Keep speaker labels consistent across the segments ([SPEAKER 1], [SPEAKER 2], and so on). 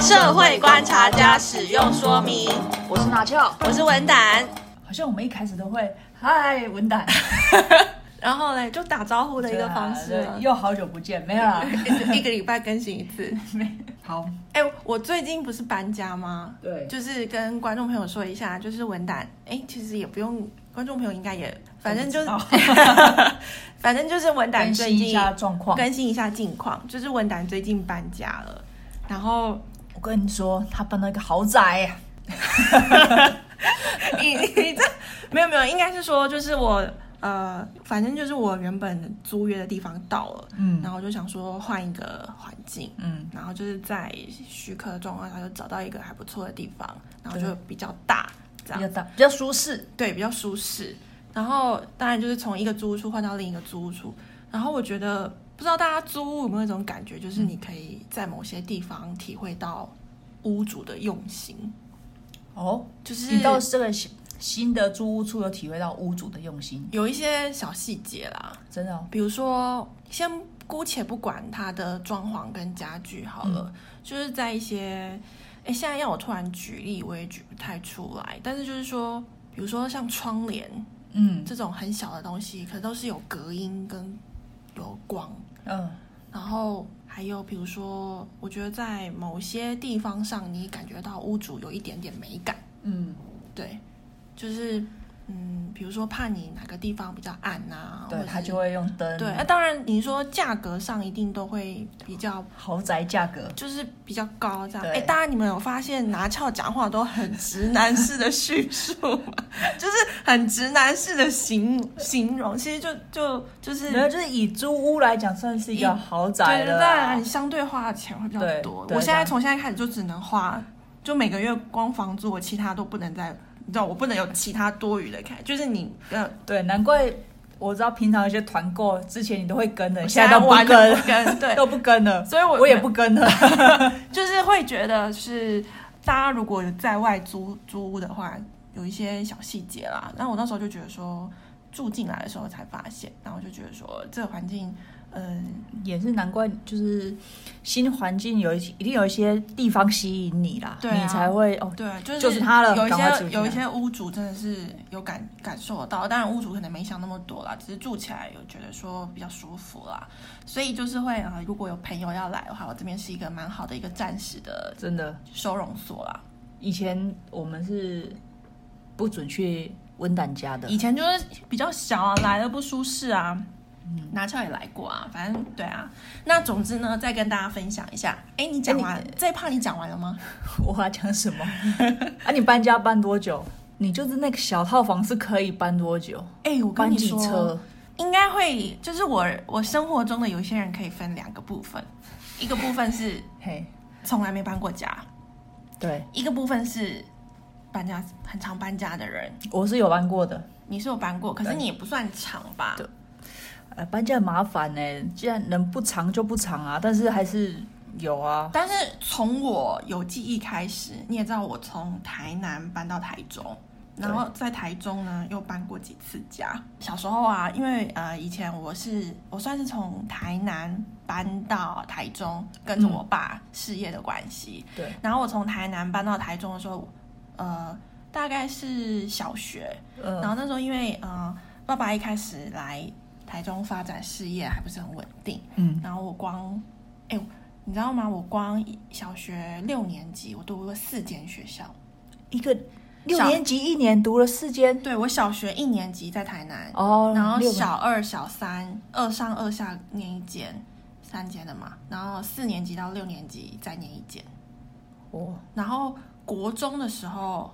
[SPEAKER 1] 社会观察家使用说明。
[SPEAKER 2] 我是拿翘，
[SPEAKER 1] 我是文胆，
[SPEAKER 2] 好像我们一开始都会嗨文胆
[SPEAKER 1] 然后呢，就打招呼的一个方式
[SPEAKER 2] 对
[SPEAKER 1] 啊
[SPEAKER 2] 啊。对又好久不见，没 有啦。
[SPEAKER 1] 一个礼拜更新一次。
[SPEAKER 2] 好，
[SPEAKER 1] 哎、我最近不是搬家吗？
[SPEAKER 2] 对
[SPEAKER 1] 就是跟观众朋友说一下，就是文胆，哎、其实也不用，观众朋友应该也，反正就是
[SPEAKER 2] 都不，
[SPEAKER 1] 反正就是文胆
[SPEAKER 2] 更
[SPEAKER 1] 最
[SPEAKER 2] 新
[SPEAKER 1] 近
[SPEAKER 2] 一下状况。
[SPEAKER 1] 更新一下近况，就是文胆最近搬家了，然后
[SPEAKER 2] 我跟你说，他搬到一个豪宅，
[SPEAKER 1] 你你这没有没有，应该是说就是我呃，反正就是我原本租约的地方到了，
[SPEAKER 2] 嗯
[SPEAKER 1] 然后我就想说换一个环境，
[SPEAKER 2] 嗯，
[SPEAKER 1] 然后就是在许可的状况下就找到一个还不错的地方，然后
[SPEAKER 2] 对
[SPEAKER 1] 就比较大，这样
[SPEAKER 2] 比较大，比较舒适。
[SPEAKER 1] 对比较舒适。然后当然就是从一个租屋处换到另一个租屋处，然后我觉得不知道大家租屋有没有一种感觉，就是
[SPEAKER 2] 嗯
[SPEAKER 1] 你可以在某些地方体会到屋主的用心，
[SPEAKER 2] 哦，
[SPEAKER 1] 就是
[SPEAKER 2] 你到这个新新的租屋处，有体会到屋主的用心，
[SPEAKER 1] 有一些小细节啦，
[SPEAKER 2] 真的、哦。
[SPEAKER 1] 比如说，先姑且不管它的装潢跟家具好了，
[SPEAKER 2] 嗯
[SPEAKER 1] 就是在一些，哎，现在要我突然举例，我也举不太出来。但是就是说，比如说像窗帘
[SPEAKER 2] 嗯
[SPEAKER 1] 这种很小的东西，可都是有隔音跟有光。
[SPEAKER 2] 嗯，
[SPEAKER 1] 然后还有比如说，我觉得在某些地方上，你感觉到屋主有一点点美感，
[SPEAKER 2] 嗯，
[SPEAKER 1] 对，就是嗯，比如说怕你哪个地方比较暗啊，或
[SPEAKER 2] 对
[SPEAKER 1] 者
[SPEAKER 2] 他
[SPEAKER 1] 是
[SPEAKER 2] 就会用灯，
[SPEAKER 1] 对，那、当然你说价格上一定都会比较，
[SPEAKER 2] 豪宅价格，
[SPEAKER 1] 就是比较高这样。
[SPEAKER 2] 对
[SPEAKER 1] 哎，大家你们有发现拿翘讲话都很直男式的叙述吗？ 就是很直男式的形形容，其实就就就是
[SPEAKER 2] 没有，就是以租屋来讲，算是一个
[SPEAKER 1] 以
[SPEAKER 2] 豪
[SPEAKER 1] 对
[SPEAKER 2] 宅
[SPEAKER 1] 对
[SPEAKER 2] 了
[SPEAKER 1] 对，
[SPEAKER 2] 啊。
[SPEAKER 1] 你相对花的钱会比较
[SPEAKER 2] 对
[SPEAKER 1] 多。
[SPEAKER 2] 对
[SPEAKER 1] 我现在
[SPEAKER 2] 对
[SPEAKER 1] 从现在开始就只能花，就每个月光房租，我其他都不能再。你知道我不能有其他多余的开，就是你呃，
[SPEAKER 2] 对，难怪我知道平常有些团购之前你都会跟的，
[SPEAKER 1] 我
[SPEAKER 2] 你现在都不
[SPEAKER 1] 完全
[SPEAKER 2] 跟
[SPEAKER 1] 不，跟，对，
[SPEAKER 2] 都不跟了，
[SPEAKER 1] 所以我
[SPEAKER 2] 我也不跟了。
[SPEAKER 1] 就是会觉得是大家如果有在外租租屋的话，有一些小细节啦。那我那时候就觉得说，住进来的时候才发现，然后就觉得说这个环境，嗯，
[SPEAKER 2] 也是难怪，就是新环境有一一定有一些地方吸引你啦，
[SPEAKER 1] 对啊
[SPEAKER 2] 你才会哦。
[SPEAKER 1] 对，就是
[SPEAKER 2] 就是它了
[SPEAKER 1] 有一
[SPEAKER 2] 赶快住
[SPEAKER 1] 些
[SPEAKER 2] 进来
[SPEAKER 1] 有一些屋主真的是有感感受得到，当然屋主可能没想那么多啦，只是住起来有觉得说比较舒服啦。所以就是会啊、呃如果有朋友要来的话，我这边是一个蛮好的一个暂时的
[SPEAKER 2] 真的，
[SPEAKER 1] 收容所啦。
[SPEAKER 2] 以前我们是不准去温胆家的
[SPEAKER 1] 以，前就是比较小啊，来的不舒适啊。
[SPEAKER 2] 嗯
[SPEAKER 1] 拿翘也来过啊，反正对啊。那总之呢，再跟大家分享一下。哎，你讲完这一趴你讲完了吗？
[SPEAKER 2] 我还讲什 么？啊，你搬家搬多久？你就是那个小套房是可以搬多久？
[SPEAKER 1] 哎，我跟
[SPEAKER 2] 搬
[SPEAKER 1] 你
[SPEAKER 2] 几
[SPEAKER 1] 说
[SPEAKER 2] 车，？
[SPEAKER 1] 应该会，就是我我生活中的有些人可以分两个部分，一个部分是
[SPEAKER 2] 嘿，
[SPEAKER 1] 从来没搬过家，
[SPEAKER 2] 对，
[SPEAKER 1] 一个部分是搬家很常搬家的人。
[SPEAKER 2] 我是有搬过的。
[SPEAKER 1] 你是有搬过，可是
[SPEAKER 2] 对
[SPEAKER 1] 你也不算常吧？
[SPEAKER 2] 对呃，搬家很麻烦呢、既然能不长就不长啊，但是还是有啊。
[SPEAKER 1] 但是从我有记忆开始，你也知道我从台南搬到台中，然后在台中呢又搬过几次家。小时候啊，因为呃以前我是我算是从台南搬到台中，跟着我爸事业的关系。
[SPEAKER 2] 对，
[SPEAKER 1] 然后我从台南搬到台中的时候，呃大概是小学，
[SPEAKER 2] 嗯、
[SPEAKER 1] 然后那时候因为呃爸爸一开始来台中发展事业还不是很稳定。
[SPEAKER 2] 嗯，
[SPEAKER 1] 然后我光，哎、你知道吗？我光小学六年级，我读了四间学校。
[SPEAKER 2] 一个六
[SPEAKER 1] 小
[SPEAKER 2] 年级一年读了四间
[SPEAKER 1] 对，我小学一年级在台南，
[SPEAKER 2] 哦，
[SPEAKER 1] 然后
[SPEAKER 2] 六个
[SPEAKER 1] 小二、小三，二上二下念一间，三间的嘛。然后四年级到六年级再念一间。
[SPEAKER 2] 哦，
[SPEAKER 1] 然后国中的时候，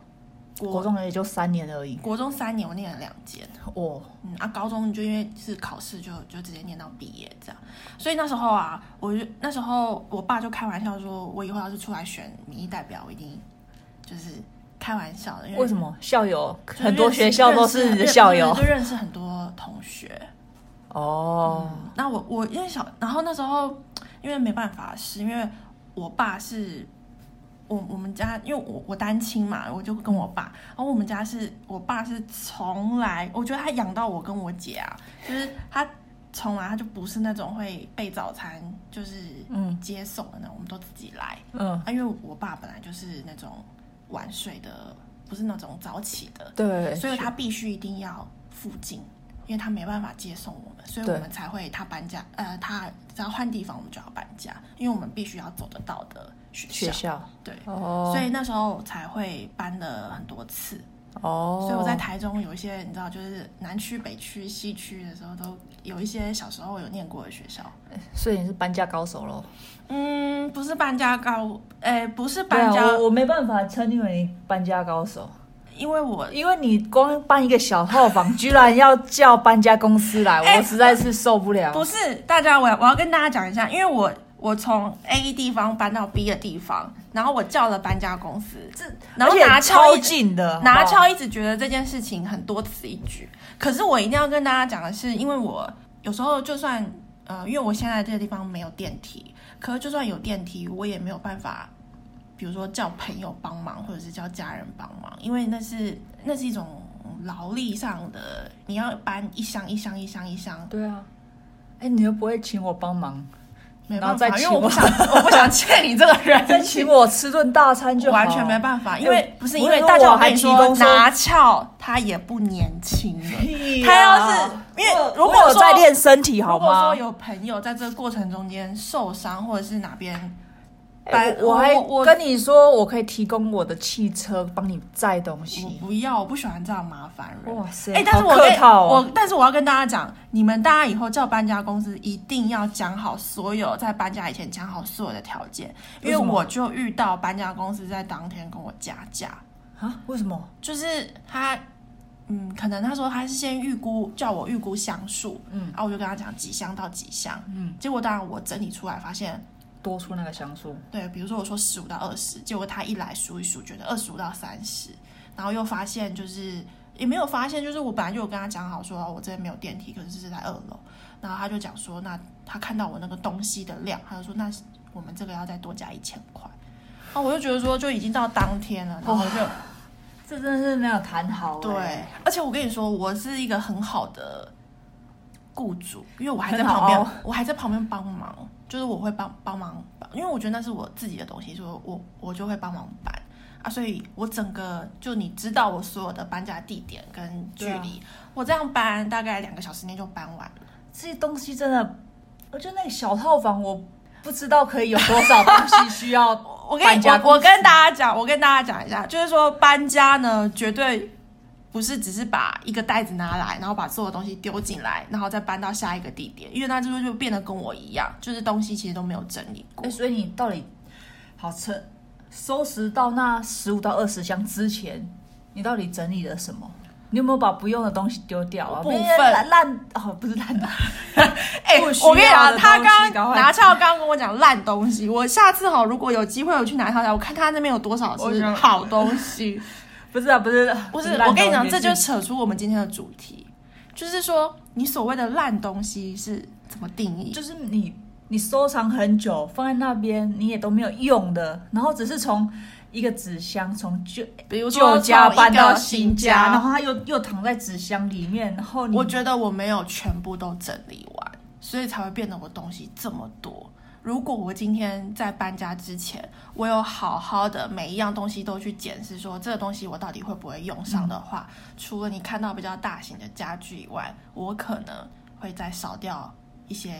[SPEAKER 1] 国
[SPEAKER 2] 国中也就三年而已
[SPEAKER 1] 国中三年我念了两间。
[SPEAKER 2] 哦，
[SPEAKER 1] 嗯啊，高中就因为是考试就就直接念到毕业这样，所以那时候啊，我就那时候我爸就开玩笑说，我以后要是出来选民意代表，我一定就是开玩笑的，因
[SPEAKER 2] 为
[SPEAKER 1] 为
[SPEAKER 2] 什么校友
[SPEAKER 1] 嗯就是
[SPEAKER 2] 很多
[SPEAKER 1] 认识
[SPEAKER 2] 学校都是
[SPEAKER 1] 认
[SPEAKER 2] 你
[SPEAKER 1] 识
[SPEAKER 2] 的校友
[SPEAKER 1] 就认识很多同学。
[SPEAKER 2] 哦？
[SPEAKER 1] 那我我因为小，然后那时候因为没办法，是因为我爸是。我我们家因为我我单亲嘛，我就跟我爸，然后我们家是我爸是从来，我觉得他养到我跟我姐啊，就是他冲啊，他就不是那种会备早餐就是
[SPEAKER 2] 嗯
[SPEAKER 1] 接送的那种，我们都自己来。
[SPEAKER 2] 嗯，
[SPEAKER 1] 啊，因为我爸本来就是那种晚睡的，不是那种早起的，
[SPEAKER 2] 对，
[SPEAKER 1] 所以他必须一定要附近，因为他没办法接送我们，所以
[SPEAKER 2] 对
[SPEAKER 1] 我们才会他搬家，呃，他只要换地方，我们就要搬家，因为我们必须要走得到的学校。
[SPEAKER 2] 学校
[SPEAKER 1] 对，
[SPEAKER 2] 哦，
[SPEAKER 1] 所以那时候才会搬了很多次。
[SPEAKER 2] 哦，
[SPEAKER 1] 所以我在台中有一些你知道，就是南区、北区、西区的时候，都有一些小时候有念过的学校。
[SPEAKER 2] 所以你是搬家高手喽？
[SPEAKER 1] 嗯，不是搬家高，哎，不是
[SPEAKER 2] 对啊
[SPEAKER 1] 搬家，
[SPEAKER 2] 我我没办法称你为搬家高手，
[SPEAKER 1] 因为我
[SPEAKER 2] 因为你光搬一个小套房，居然要叫搬家公司来，
[SPEAKER 1] 哎
[SPEAKER 2] 我实在是受不了。
[SPEAKER 1] 不是大家，我要我要跟大家讲一下，因为我我从 A 地方搬到 B 的地方，然后我叫了搬家公司，
[SPEAKER 2] 这
[SPEAKER 1] 然后
[SPEAKER 2] 而且
[SPEAKER 1] 拿
[SPEAKER 2] 超
[SPEAKER 1] 超
[SPEAKER 2] 近的，
[SPEAKER 1] 拿
[SPEAKER 2] 好不好
[SPEAKER 1] 翘一直觉得这件事情很多此一举，可是我一定要跟大家讲的是，因为我有时候就算呃，因为我现在这个地方没有电梯，可是就算有电梯，我也没有办法，比如说叫朋友帮忙，或者是叫家人帮忙，因为那是那是一种劳力上的，你要搬一箱一箱一箱一箱，
[SPEAKER 2] 对啊。哎，你又不会请我帮忙，
[SPEAKER 1] 没
[SPEAKER 2] 然后
[SPEAKER 1] 办
[SPEAKER 2] 再
[SPEAKER 1] 法，因
[SPEAKER 2] 请
[SPEAKER 1] 为我不
[SPEAKER 2] 我
[SPEAKER 1] 想我不想欠你这个人
[SPEAKER 2] 再请我吃顿大餐就好
[SPEAKER 1] 完全没办法，因
[SPEAKER 2] 哎
[SPEAKER 1] 为不是因为
[SPEAKER 2] 我
[SPEAKER 1] 大家
[SPEAKER 2] 我还
[SPEAKER 1] 跟你
[SPEAKER 2] 提供
[SPEAKER 1] 说
[SPEAKER 2] 说
[SPEAKER 1] 拿翘，他也不年轻了。
[SPEAKER 2] 屁
[SPEAKER 1] 他要
[SPEAKER 2] 呀
[SPEAKER 1] 是因为
[SPEAKER 2] 我
[SPEAKER 1] 如果
[SPEAKER 2] 我有
[SPEAKER 1] 说
[SPEAKER 2] 在练身体好
[SPEAKER 1] 如果
[SPEAKER 2] 吗
[SPEAKER 1] 说？有朋友在这个过程中间受伤，或者是哪边搬、
[SPEAKER 2] 哎我我还
[SPEAKER 1] 我
[SPEAKER 2] 跟你说，我可以提供我的汽车帮你载东
[SPEAKER 1] 我
[SPEAKER 2] 西。
[SPEAKER 1] 不要，我不喜欢这样麻烦人。
[SPEAKER 2] 哇塞
[SPEAKER 1] 哎、但是
[SPEAKER 2] 好
[SPEAKER 1] 我
[SPEAKER 2] 客
[SPEAKER 1] 跟
[SPEAKER 2] 套哦
[SPEAKER 1] 我，但是我要跟大家讲，你们大家以后叫搬家公司一定要讲好所有在搬家以前讲好所有的条件，因
[SPEAKER 2] 为
[SPEAKER 1] 为
[SPEAKER 2] 什么
[SPEAKER 1] 我就遇到搬家公司在当天跟我加价，
[SPEAKER 2] 啊？为什么？
[SPEAKER 1] 就是他，嗯，可能他说他是先预估叫我预估箱数，
[SPEAKER 2] 嗯
[SPEAKER 1] 嗯，然后我就跟他讲几箱到几箱，
[SPEAKER 2] 嗯
[SPEAKER 1] 嗯，结果当然我整理出来发现，
[SPEAKER 2] 多出那个香素？
[SPEAKER 1] 对，比如说我说十五到二十，结果他一来数一数，觉得二十五到三十，然后又发现就是也没有发现，就是我本来就有跟他讲好说，哦我这边没有电梯，可是是在二楼，然后他就讲说，那他看到我那个东西的量，他就说那我们这个要再多加一千块，啊，我就觉得说就已经到当天了，然后我就。
[SPEAKER 2] 哦这真的是没有谈好、
[SPEAKER 1] 对
[SPEAKER 2] 哎，，
[SPEAKER 1] 而且我跟你说，我是一个很好的雇主，因为我还在
[SPEAKER 2] 很好
[SPEAKER 1] 旁边
[SPEAKER 2] 哦，
[SPEAKER 1] 我还在旁边帮忙，就是我会帮帮忙，因为我觉得那是我自己的东西，所以我我就会帮忙搬啊，所以我整个就你知道我所有的搬家地点跟距离，
[SPEAKER 2] 啊
[SPEAKER 1] 我这样搬大概两个小时内就搬完了。
[SPEAKER 2] 这些东西真的，我觉得那个小套房，我不知道可以有多少东西需 要
[SPEAKER 1] 我跟
[SPEAKER 2] 搬
[SPEAKER 1] 你
[SPEAKER 2] 家
[SPEAKER 1] 我
[SPEAKER 2] 公司
[SPEAKER 1] 我跟大家讲，我跟大家讲一下，就是说搬家呢，绝对不是只是把一个袋子拿来，然后把所有东西丢进来，然后再搬到下一个地点，因为那就是就变得跟我一样，就是东西其实都没有整理过
[SPEAKER 2] 哎、。所以你到底好称收拾到那十五到二十箱之前，你到底整理了什么？你有没有把不用的东西丢掉啊？
[SPEAKER 1] 部
[SPEAKER 2] 不
[SPEAKER 1] 分
[SPEAKER 2] 是烂烂哦，不是烂 的，
[SPEAKER 1] 哎、
[SPEAKER 2] 不需要
[SPEAKER 1] 我跟你
[SPEAKER 2] 的
[SPEAKER 1] 讲，他
[SPEAKER 2] 东西
[SPEAKER 1] 刚
[SPEAKER 2] 赶快
[SPEAKER 1] 拿翘刚跟我讲烂东西，我下次好，如果有机会我去拿翘家，我看他那边有多少
[SPEAKER 2] 我
[SPEAKER 1] 是
[SPEAKER 2] 想
[SPEAKER 1] 好东 西。
[SPEAKER 2] 不是啊，不是，
[SPEAKER 1] 不是，
[SPEAKER 2] 烂
[SPEAKER 1] 我跟你
[SPEAKER 2] 东
[SPEAKER 1] 讲，
[SPEAKER 2] 西
[SPEAKER 1] 这就扯出我们今天的主题，就是说你所谓的烂东西是怎么定义？
[SPEAKER 2] 就是你你收藏很久放在那边，你也都没有用的，然后只是从一个纸箱从旧
[SPEAKER 1] 比如说
[SPEAKER 2] 旧家
[SPEAKER 1] 从一
[SPEAKER 2] 搬
[SPEAKER 1] 个
[SPEAKER 2] 到
[SPEAKER 1] 新
[SPEAKER 2] 新家，然
[SPEAKER 1] 然后
[SPEAKER 2] 后它又又躺在纸箱里面，然后你
[SPEAKER 1] 我觉得我没有全部都整理完，所以才会变得我东西这么多。如果我今天在搬家之前，我有好好的每一样东西都去检视，说这个东西我到底会不会用上的话，除了你看到比较大型的家具以外，我可能会再少掉一些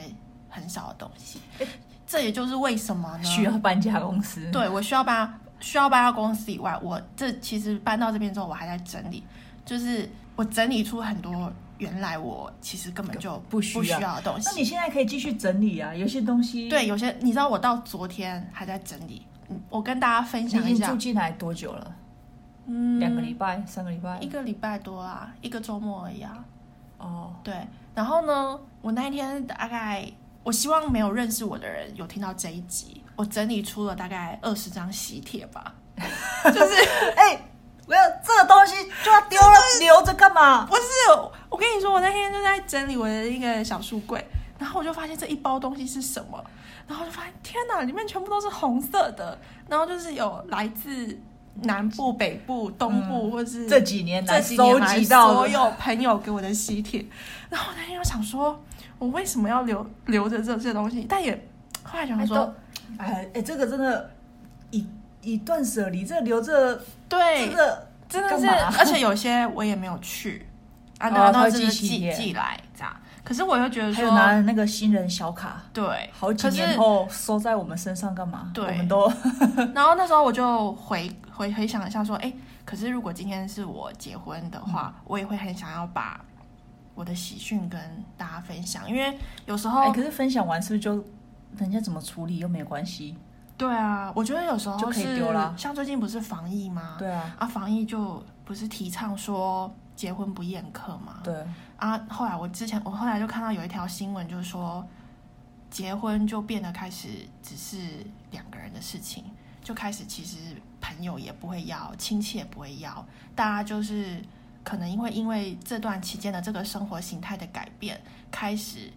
[SPEAKER 1] 很少的东西。这也就是为什么呢？
[SPEAKER 2] 需要搬家公司，
[SPEAKER 1] 对我需要搬需要搬到公司以外，我这其实搬到这边之后，我还在整理，就是我整理出很多原来我其实根本就
[SPEAKER 2] 不需要
[SPEAKER 1] 不需要的东
[SPEAKER 2] 那你
[SPEAKER 1] 西。
[SPEAKER 2] 现在可以继续整理啊，有些东西
[SPEAKER 1] 对，有些你知道，我到昨天还在整理。嗯我跟大家分
[SPEAKER 2] 你
[SPEAKER 1] 享一
[SPEAKER 2] 已经
[SPEAKER 1] 下
[SPEAKER 2] 住，进来多久了？
[SPEAKER 1] 嗯，
[SPEAKER 2] 两个礼拜、三个礼拜
[SPEAKER 1] 一？个礼拜多啊，一个周末而已啊。
[SPEAKER 2] 哦，
[SPEAKER 1] 对，然后呢，我那一天大概，我希望没有认识我的人有听到这一集，我整理出了大概二十张喜帖吧，就是
[SPEAKER 2] 哎、没有这个东西就要丢了，留着干嘛？
[SPEAKER 1] 不是，我跟你说，我那天就在整理我的一个小书柜，然后我就发现这一包东西是什么，然后我就发现天哪，里面全部都是红色的，然后就是有来自南部、北部、东
[SPEAKER 2] 嗯
[SPEAKER 1] 部，或是
[SPEAKER 2] 这几年来
[SPEAKER 1] 这几年
[SPEAKER 2] 收
[SPEAKER 1] 来
[SPEAKER 2] 集到
[SPEAKER 1] 所
[SPEAKER 2] 的
[SPEAKER 1] 有朋友给我的喜帖，然后我那天就想说，我为什么要留留着这些东西？但也后来想
[SPEAKER 2] 哎
[SPEAKER 1] 说，
[SPEAKER 2] 都哎哎，这个真的，以以断舍离，这留着
[SPEAKER 1] 对
[SPEAKER 2] 真，的
[SPEAKER 1] 真的是
[SPEAKER 2] 干 嘛，
[SPEAKER 1] 而且有些我也没有去，啊，
[SPEAKER 2] 哦
[SPEAKER 1] 然
[SPEAKER 2] 他
[SPEAKER 1] 后
[SPEAKER 2] 会
[SPEAKER 1] 就是
[SPEAKER 2] 寄信
[SPEAKER 1] 寄
[SPEAKER 2] 耶
[SPEAKER 1] 寄来这样。可是我又觉得
[SPEAKER 2] 还有拿
[SPEAKER 1] 说，
[SPEAKER 2] 那个新人小卡，
[SPEAKER 1] 对，
[SPEAKER 2] 好几
[SPEAKER 1] 可是
[SPEAKER 2] 年后收在我们身上干嘛？
[SPEAKER 1] 对
[SPEAKER 2] 我们都
[SPEAKER 1] 然后那时候我就回回回想一下说，哎，可是如果今天是我结婚的
[SPEAKER 2] 嗯
[SPEAKER 1] 话，我也会很想要把我的喜讯跟大家分享，因为有时候、
[SPEAKER 2] 哎，可是分享完是不是就人家怎么处理又没关系？
[SPEAKER 1] 对啊，我觉得有时候
[SPEAKER 2] 就可以
[SPEAKER 1] 是
[SPEAKER 2] 丢啦
[SPEAKER 1] 像最近不是防疫吗？
[SPEAKER 2] 对啊，
[SPEAKER 1] 啊，防疫就不是提倡说结婚不宴客吗？
[SPEAKER 2] 对，
[SPEAKER 1] 啊，后来我之前我后来就看到有一条新闻，就是说结婚就变得开始只是两个人的事情，就开始其实朋友也不会要，亲戚也不会要，大家就是可能因为因为这段期间的这个生活形态的改变，开始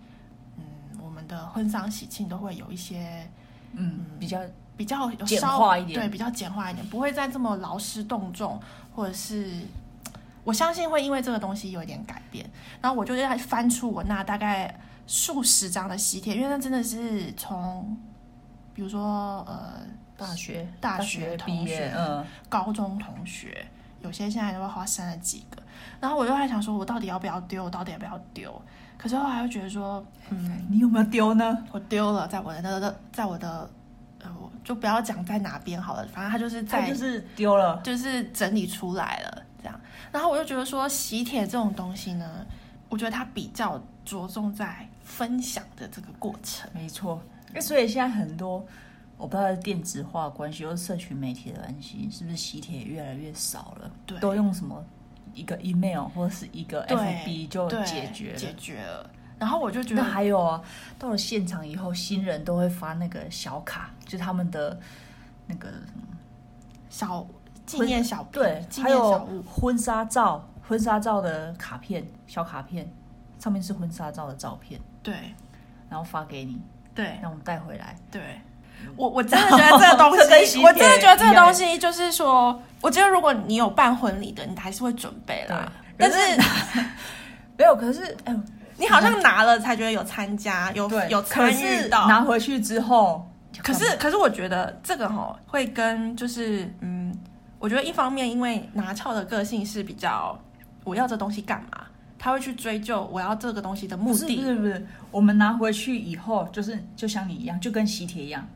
[SPEAKER 1] 嗯，我们的婚丧喜庆都会有一些
[SPEAKER 2] 嗯，比较
[SPEAKER 1] 比较有
[SPEAKER 2] 简
[SPEAKER 1] 稍
[SPEAKER 2] 化一点
[SPEAKER 1] 对，比较简化一点，不会再这么劳师动众，或者是我相信会因为这个东西有一点改变。然后我就在翻出我那大概数十张的喜帖，因为那真的是从比如说呃
[SPEAKER 2] 大学
[SPEAKER 1] 大学
[SPEAKER 2] 毕
[SPEAKER 1] 同
[SPEAKER 2] 业
[SPEAKER 1] 学，
[SPEAKER 2] 嗯，
[SPEAKER 1] 高中同学，有些现在都花删了几个。然后我就在想说，我到底要不要丢？我到底要不要丢？可是后来又觉得说，嗯，
[SPEAKER 2] 你有没有丢呢？
[SPEAKER 1] 我丢了，在我的那个，在我的，呃，我就不要讲在哪边好了，反正它就是
[SPEAKER 2] 他
[SPEAKER 1] 在，
[SPEAKER 2] 就是丢了，
[SPEAKER 1] 就是整理出来了这样。然后我就觉得说，喜帖这种东西呢，我觉得它比较着重在分享的这个过程。
[SPEAKER 2] 没错。那所以现在很多，我不知道是电子化的关系，或是社群媒体的关系，是不是喜帖越来越少了？
[SPEAKER 1] 对
[SPEAKER 2] 都用什么一个 email 或是一个
[SPEAKER 1] 对
[SPEAKER 2] FB 就
[SPEAKER 1] 对
[SPEAKER 2] 解决了
[SPEAKER 1] 解。决了。然后我就觉
[SPEAKER 2] 那
[SPEAKER 1] 得，
[SPEAKER 2] 还有啊，到了现场以后，新人都会发那个小卡，就他们的那个
[SPEAKER 1] 小纪念小物
[SPEAKER 2] 对，
[SPEAKER 1] 纪
[SPEAKER 2] 还
[SPEAKER 1] 念小
[SPEAKER 2] 有
[SPEAKER 1] 物，
[SPEAKER 2] 婚纱照，婚纱照的卡片，小卡片上面是婚纱照的照片，
[SPEAKER 1] 对
[SPEAKER 2] 然后发给你，
[SPEAKER 1] 对
[SPEAKER 2] 让我们带回来。
[SPEAKER 1] 对。我我真的觉嗯 得这个
[SPEAKER 2] 这
[SPEAKER 1] 东
[SPEAKER 2] 跟喜
[SPEAKER 1] 西，
[SPEAKER 2] 帖
[SPEAKER 1] 我真的觉得这
[SPEAKER 2] 一
[SPEAKER 1] 个
[SPEAKER 2] 样
[SPEAKER 1] 东西就是说，我觉得如果你有办婚礼的，你还是会准备啦。
[SPEAKER 2] 对
[SPEAKER 1] 但
[SPEAKER 2] 可
[SPEAKER 1] 是
[SPEAKER 2] 是 没有，可是哎呦，
[SPEAKER 1] 你好像拿了才觉得有参加，有
[SPEAKER 2] 对，
[SPEAKER 1] 有
[SPEAKER 2] 可
[SPEAKER 1] 参
[SPEAKER 2] 是
[SPEAKER 1] 与到。
[SPEAKER 2] 拿回去之后，
[SPEAKER 1] 可是可是我觉得这个哈、会跟就是嗯，我觉得一方面因为拿翘的个性是比较我要这东西干嘛，他会去追究我要这个东西的
[SPEAKER 2] 不
[SPEAKER 1] 目
[SPEAKER 2] 是不
[SPEAKER 1] 的。
[SPEAKER 2] 是不是，我们拿回去以后，就是就像你一样，就跟喜帖一样，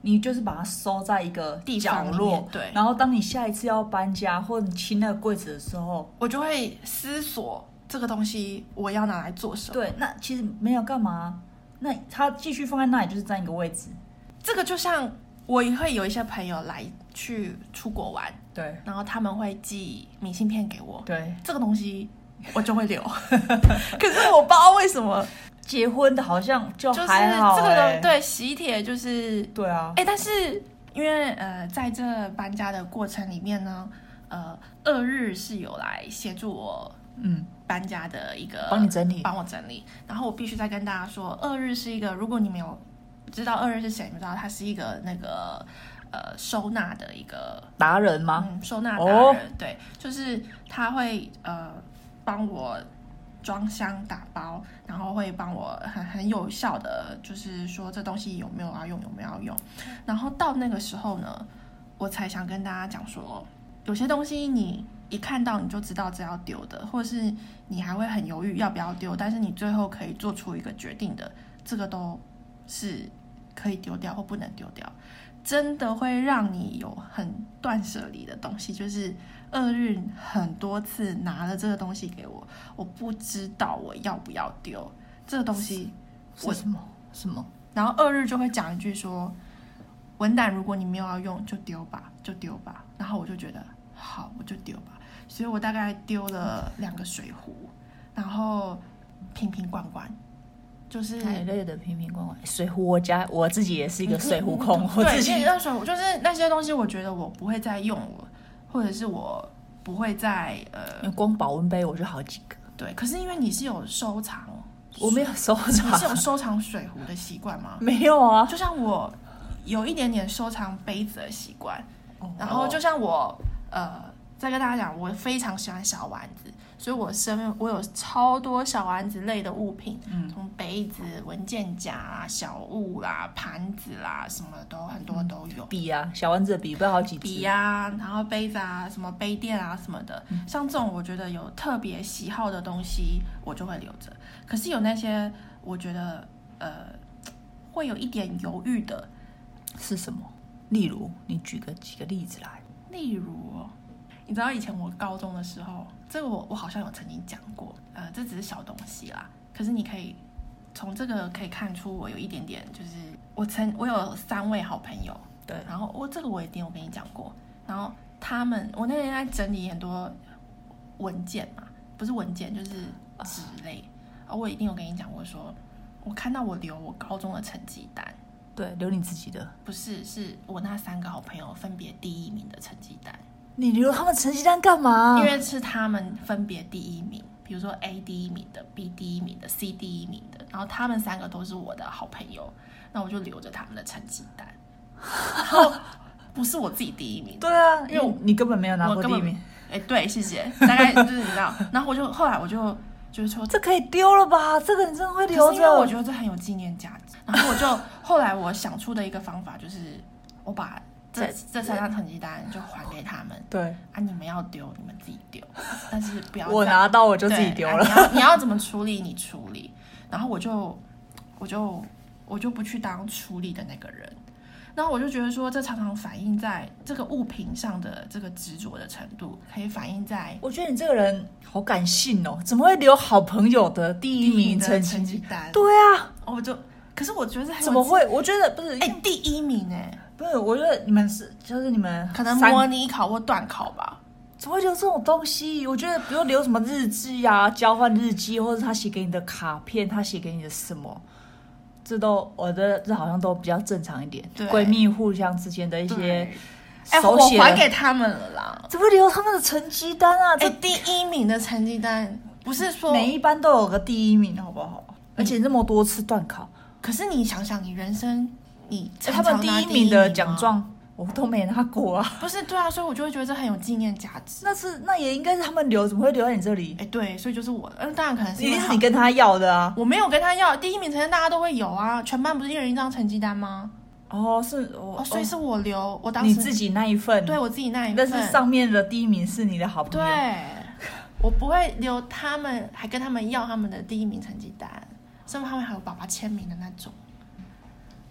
[SPEAKER 2] 你就是把它收在一个
[SPEAKER 1] 地
[SPEAKER 2] 角
[SPEAKER 1] 方里面
[SPEAKER 2] 落，
[SPEAKER 1] 对
[SPEAKER 2] 然后当你下一次要搬家或者你清那个柜子的时候，
[SPEAKER 1] 我就会思索这个东西我要拿来做什么。
[SPEAKER 2] 对，那其实没有干嘛，啊那它继续放在那里就是占一个位置。
[SPEAKER 1] 这个就像我也会有一些朋友来去出国玩，
[SPEAKER 2] 对
[SPEAKER 1] 然后他们会寄明信片给我，
[SPEAKER 2] 对，
[SPEAKER 1] 这个东西我就会 留。可是我不知道为什么。
[SPEAKER 2] 结婚的好像就
[SPEAKER 1] 就是
[SPEAKER 2] 还好、
[SPEAKER 1] 这个
[SPEAKER 2] 欸
[SPEAKER 1] 东对喜帖就是
[SPEAKER 2] 对啊
[SPEAKER 1] 哎、，但是因为呃，在这搬家的过程里面呢，呃，二日是有来协助我
[SPEAKER 2] 嗯，
[SPEAKER 1] 搬家的一个
[SPEAKER 2] 帮你整理，
[SPEAKER 1] 帮我整理，然后我必须再跟大家说，二日是一个如果你没有知道二日是谁，你们知道他是一个那个呃收纳的一个
[SPEAKER 2] 达人吗？
[SPEAKER 1] 嗯，收纳达人，
[SPEAKER 2] 哦
[SPEAKER 1] 对，就是他会呃帮我装箱打包，然后会帮我很很有效的，就是说这东西有没有要用，有没有要用。然后到那个时候呢，我才想跟大家讲说，有些东西你一看到你就知道这要丢的，或者是你还会很犹豫要不要丢，但是你最后可以做出一个决定的，这个都是可以丢掉或不能丢掉。真的会让你有很断舍离的东西，就是厄运很多次拿了这个东西给我，我不知道我要不要丢这个东西，
[SPEAKER 2] 我嗯什么什么？
[SPEAKER 1] 然后二日就会讲一句说：“文胆，如果你没有要用，就丢吧，就丢吧。”然后我就觉得好，我就丢吧。所以我大概丢了两个水壶，然后瓶瓶罐罐，就是
[SPEAKER 2] 奶类的瓶瓶罐罐，水壶我家我自己也是一个水壶控，我
[SPEAKER 1] 对，
[SPEAKER 2] 自己
[SPEAKER 1] 那那水壶就是那些东西，我觉得我不会再用了，或者是我不会再呃
[SPEAKER 2] 光保温杯我就好几个，
[SPEAKER 1] 对。可是因为你是有收藏，
[SPEAKER 2] 我没有收
[SPEAKER 1] 你是有
[SPEAKER 2] 藏，
[SPEAKER 1] 收藏水壶的习惯吗？
[SPEAKER 2] 没有啊，
[SPEAKER 1] 就像我有一点点收藏杯子的习惯，然后就
[SPEAKER 2] 哦
[SPEAKER 1] 像我呃，再跟大家讲，我非常喜欢小丸子，所以我身边我有超多小丸子类的物品，
[SPEAKER 2] 嗯
[SPEAKER 1] 从杯子、文件夹啊、小物啦、盘子啦，什么都很多都有。
[SPEAKER 2] 笔啊，小丸子的笔不知道好几支
[SPEAKER 1] 笔啊呀、然后杯子啊，什么杯垫啊什么的，像这种我觉得有特别喜好的东西，我就会留着。可是有那些我觉得呃会有一点犹豫的，
[SPEAKER 2] 是什么？例如，你举个几个例子来。
[SPEAKER 1] 例如哦，你知道以前我高中的时候，这个我我好像有曾经讲过，呃，这只是小东西啦，可是你可以从这个可以看出我有一点点，就是我曾我有三位好朋友，
[SPEAKER 2] 对
[SPEAKER 1] 然后我这个我一定有跟你讲过，然后他们我那天在整理很多文件嘛，不是文件就是纸类，啊，我一定有跟你讲过说，我看到我留我高中的成绩单。
[SPEAKER 2] 对，留你自己的。
[SPEAKER 1] 不是，是我那三个好朋友分别第一名的成绩单。
[SPEAKER 2] 你留他们成绩单干嘛？啊
[SPEAKER 1] 因为是他们分别第一名，比如说 A 第一名的、B 第一名的、C 第一名的，然后他们三个都是我的好朋友，那我就留着他们的成绩单，然后不是我自己第一名的，
[SPEAKER 2] 对啊，
[SPEAKER 1] 因为我
[SPEAKER 2] 你根本没有拿
[SPEAKER 1] 我
[SPEAKER 2] 过
[SPEAKER 1] 根
[SPEAKER 2] 第一
[SPEAKER 1] 本
[SPEAKER 2] 名，
[SPEAKER 1] 哎，对，谢谢，大概就是你知道，然后我就后来我就就是 说。
[SPEAKER 2] 这可以丢了吧？这个你真的会
[SPEAKER 1] 可
[SPEAKER 2] 留
[SPEAKER 1] 是因为
[SPEAKER 2] 着？
[SPEAKER 1] 我觉得这很有纪念价值，然后我就后来我想出的一个方法就是，我把这
[SPEAKER 2] 这
[SPEAKER 1] 这三张成绩单就还给他们
[SPEAKER 2] 对，
[SPEAKER 1] 啊，你们要丢你们自己丢，但是不要
[SPEAKER 2] 我
[SPEAKER 1] 再
[SPEAKER 2] 拿到我就
[SPEAKER 1] 对
[SPEAKER 2] 自己丢
[SPEAKER 1] 啊
[SPEAKER 2] 了。
[SPEAKER 1] 你要你要怎么处理，你处理。然后我就我就我就不去当处理的那个人。然后我就觉得说，这常常反映在这个物品上的这个执着的程度，可以反映在
[SPEAKER 2] 我觉得你这个人好感性哦，怎么会留好朋友的第一
[SPEAKER 1] 你
[SPEAKER 2] 名
[SPEAKER 1] 的
[SPEAKER 2] 成
[SPEAKER 1] 成绩
[SPEAKER 2] 绩？
[SPEAKER 1] 单。
[SPEAKER 2] 对啊，
[SPEAKER 1] 哦，我就可是我觉得这很有
[SPEAKER 2] 怎么
[SPEAKER 1] 自？
[SPEAKER 2] 会？我觉得不是，
[SPEAKER 1] 哎、第一名哎、
[SPEAKER 2] 不是，我觉得你们是就是你们
[SPEAKER 1] 可能
[SPEAKER 2] 三
[SPEAKER 1] 模拟考或段考吧。
[SPEAKER 2] 怎么会留这种东西？我觉得不用留什么日记啊、交换日记，或者他写给你的卡片，他写给你的什么，这都我的这好像都比较正常一点。
[SPEAKER 1] 对
[SPEAKER 2] 闺蜜互相之间的一些
[SPEAKER 1] 对哎、
[SPEAKER 2] 手
[SPEAKER 1] 我
[SPEAKER 2] 写的，
[SPEAKER 1] 还给他们了啦。
[SPEAKER 2] 怎么会留他们的成绩单啊？
[SPEAKER 1] 哎、
[SPEAKER 2] 这
[SPEAKER 1] 第一名的成绩单不嗯是说
[SPEAKER 2] 每一班都有个第一名，好不好？而且那么多次断考，
[SPEAKER 1] 可是你想想，你人生你
[SPEAKER 2] 哎
[SPEAKER 1] 常
[SPEAKER 2] 他们
[SPEAKER 1] 常
[SPEAKER 2] 第
[SPEAKER 1] 拿
[SPEAKER 2] 一名的
[SPEAKER 1] 吗
[SPEAKER 2] 奖，状我都没拿过啊。
[SPEAKER 1] 不是对啊，所以我就会觉得这很有纪念价值。
[SPEAKER 2] 那是那也应该是他们留，怎么会留在你这里？
[SPEAKER 1] 哎，对，所以就是我的，嗯，当然可能是
[SPEAKER 2] 一
[SPEAKER 1] 因为
[SPEAKER 2] 定是
[SPEAKER 1] 好
[SPEAKER 2] 你跟他要的啊。
[SPEAKER 1] 我没有跟他要第一名成绩单，大家都会有啊，全班不是一人一张成绩单吗？
[SPEAKER 2] 哦，是我
[SPEAKER 1] 哦，所以是我留，我当时
[SPEAKER 2] 你自己那一份，
[SPEAKER 1] 哎对我自己那一份，
[SPEAKER 2] 但是上面的第一名是你的好朋
[SPEAKER 1] 对
[SPEAKER 2] 友，，
[SPEAKER 1] 我不会留他们，还跟他们要他们的第一名成绩单，甚至他们还有爸爸签名的那种，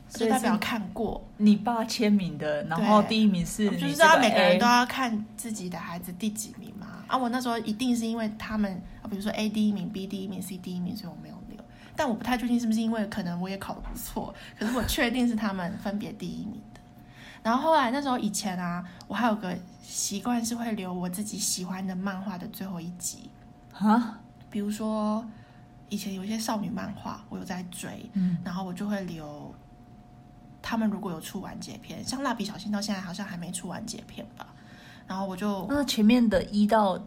[SPEAKER 2] 所
[SPEAKER 1] 就
[SPEAKER 2] 以
[SPEAKER 1] 代
[SPEAKER 2] 是
[SPEAKER 1] 表看过。
[SPEAKER 2] 你爸签名的，然后第一名是
[SPEAKER 1] 我
[SPEAKER 2] 你
[SPEAKER 1] 就
[SPEAKER 2] 这
[SPEAKER 1] 知
[SPEAKER 2] 个哎
[SPEAKER 1] 道每个人
[SPEAKER 2] A
[SPEAKER 1] 都要看自己的孩子第几名嘛。啊，我那时候一定是因为他们，啊，比如说 A 第一名、B 第一名、C 第一名，所以我没有留。但我不太确定是不是因为可能我也考得不错，可是我确定是他们分别第一名的。然后后来那时候以前啊，我还有个习惯是会留我自己喜欢的漫画的最后一集，
[SPEAKER 2] 啊，
[SPEAKER 1] 比如说以前有一些少女漫画，我有在追，
[SPEAKER 2] 嗯，
[SPEAKER 1] 然后我就会留他们如果有出完结篇，像蜡笔小新到现在好像还没出完结篇吧。然后我就
[SPEAKER 2] 那前面的一到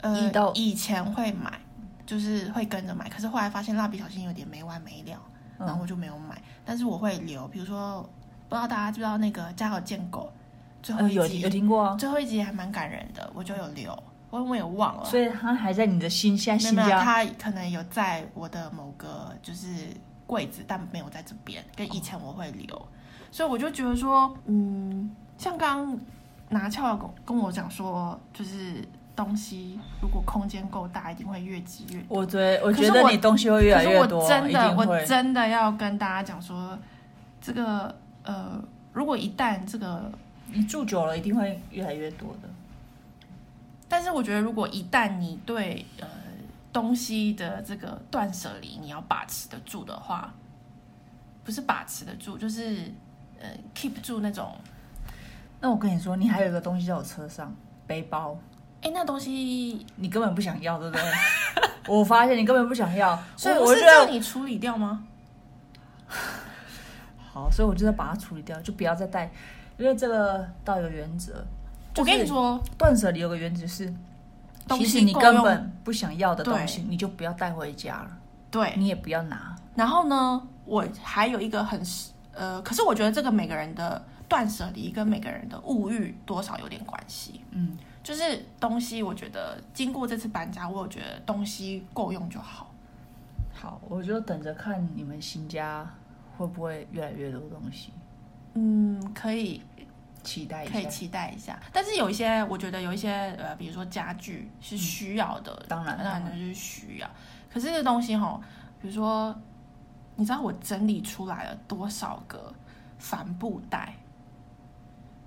[SPEAKER 1] 呃
[SPEAKER 2] 一到
[SPEAKER 1] 以前会买，就是会跟着买，可是后来发现蜡笔小新有点没完没了，然后
[SPEAKER 2] 嗯
[SPEAKER 1] 我就没有买。但是我会留，比如说不知道大家知不知道那个《家有贱狗》最后
[SPEAKER 2] 呃有
[SPEAKER 1] 一
[SPEAKER 2] 有
[SPEAKER 1] 集，
[SPEAKER 2] 听过啊，
[SPEAKER 1] 最后一集还蛮感人的，我就有留，我我也忘了。
[SPEAKER 2] 所以他还在你的心，现在
[SPEAKER 1] 没有
[SPEAKER 2] 新
[SPEAKER 1] 没有，
[SPEAKER 2] 家
[SPEAKER 1] 他可能有在我的某个就是柜子，但没有在这边，跟以前我会留，所以我就觉得说，嗯，像刚刚拿翘跟跟我讲说，就是东西如果空间够大，一定会越积越。
[SPEAKER 2] 我觉得我
[SPEAKER 1] 可是
[SPEAKER 2] 觉得
[SPEAKER 1] 我
[SPEAKER 2] 你东西会越来越
[SPEAKER 1] 可是
[SPEAKER 2] 多，
[SPEAKER 1] 我真
[SPEAKER 2] 一
[SPEAKER 1] 的，
[SPEAKER 2] 定
[SPEAKER 1] 我
[SPEAKER 2] 会
[SPEAKER 1] 真的要跟大家讲说，这个呃，如果一旦这个
[SPEAKER 2] 你住久了一定会越来越多的。
[SPEAKER 1] 但是我觉得，如果一旦你对呃东西的这个断舍离，你要把持得住的话，不是把持得住，就是呃 keep 住那种，
[SPEAKER 2] 那我跟你说，你还有一个东西在我车上，背包，
[SPEAKER 1] 哎，那东西，
[SPEAKER 2] 你根本不想要，对 不对？我发现你根本不想要，所以
[SPEAKER 1] 我不
[SPEAKER 2] 我
[SPEAKER 1] 是
[SPEAKER 2] 觉得
[SPEAKER 1] 叫你处理掉吗？
[SPEAKER 2] 好，所以我就要把它处理掉，就不要再带，因为这个到有原则。
[SPEAKER 1] 我跟你，说，
[SPEAKER 2] 断舍离有个原则是，
[SPEAKER 1] 东
[SPEAKER 2] 其
[SPEAKER 1] 西
[SPEAKER 2] 实你
[SPEAKER 1] 够
[SPEAKER 2] 根
[SPEAKER 1] 用
[SPEAKER 2] 本不想要的东西，你就不要带回家了，
[SPEAKER 1] 对。
[SPEAKER 2] 你也不要拿。
[SPEAKER 1] 然后呢，我还有一个很呃，可是我觉得这个每个人的断舍离跟每个人的物欲多少有点关系。
[SPEAKER 2] 嗯，
[SPEAKER 1] 就是东西，我觉得经过这次搬家，我有觉得东西够用就好。
[SPEAKER 2] 好，我就等着看你们新家会不会越来越多东西，
[SPEAKER 1] 嗯，可以
[SPEAKER 2] 期待一下。
[SPEAKER 1] 可以期待一下。但是有一些，我觉得有一些呃，比如说家具是需要的，
[SPEAKER 2] 当然
[SPEAKER 1] 当然
[SPEAKER 2] 当
[SPEAKER 1] 就
[SPEAKER 2] 然
[SPEAKER 1] 是需要。可是这东西哈，比如说，你知道我整理出来了多少个帆布袋，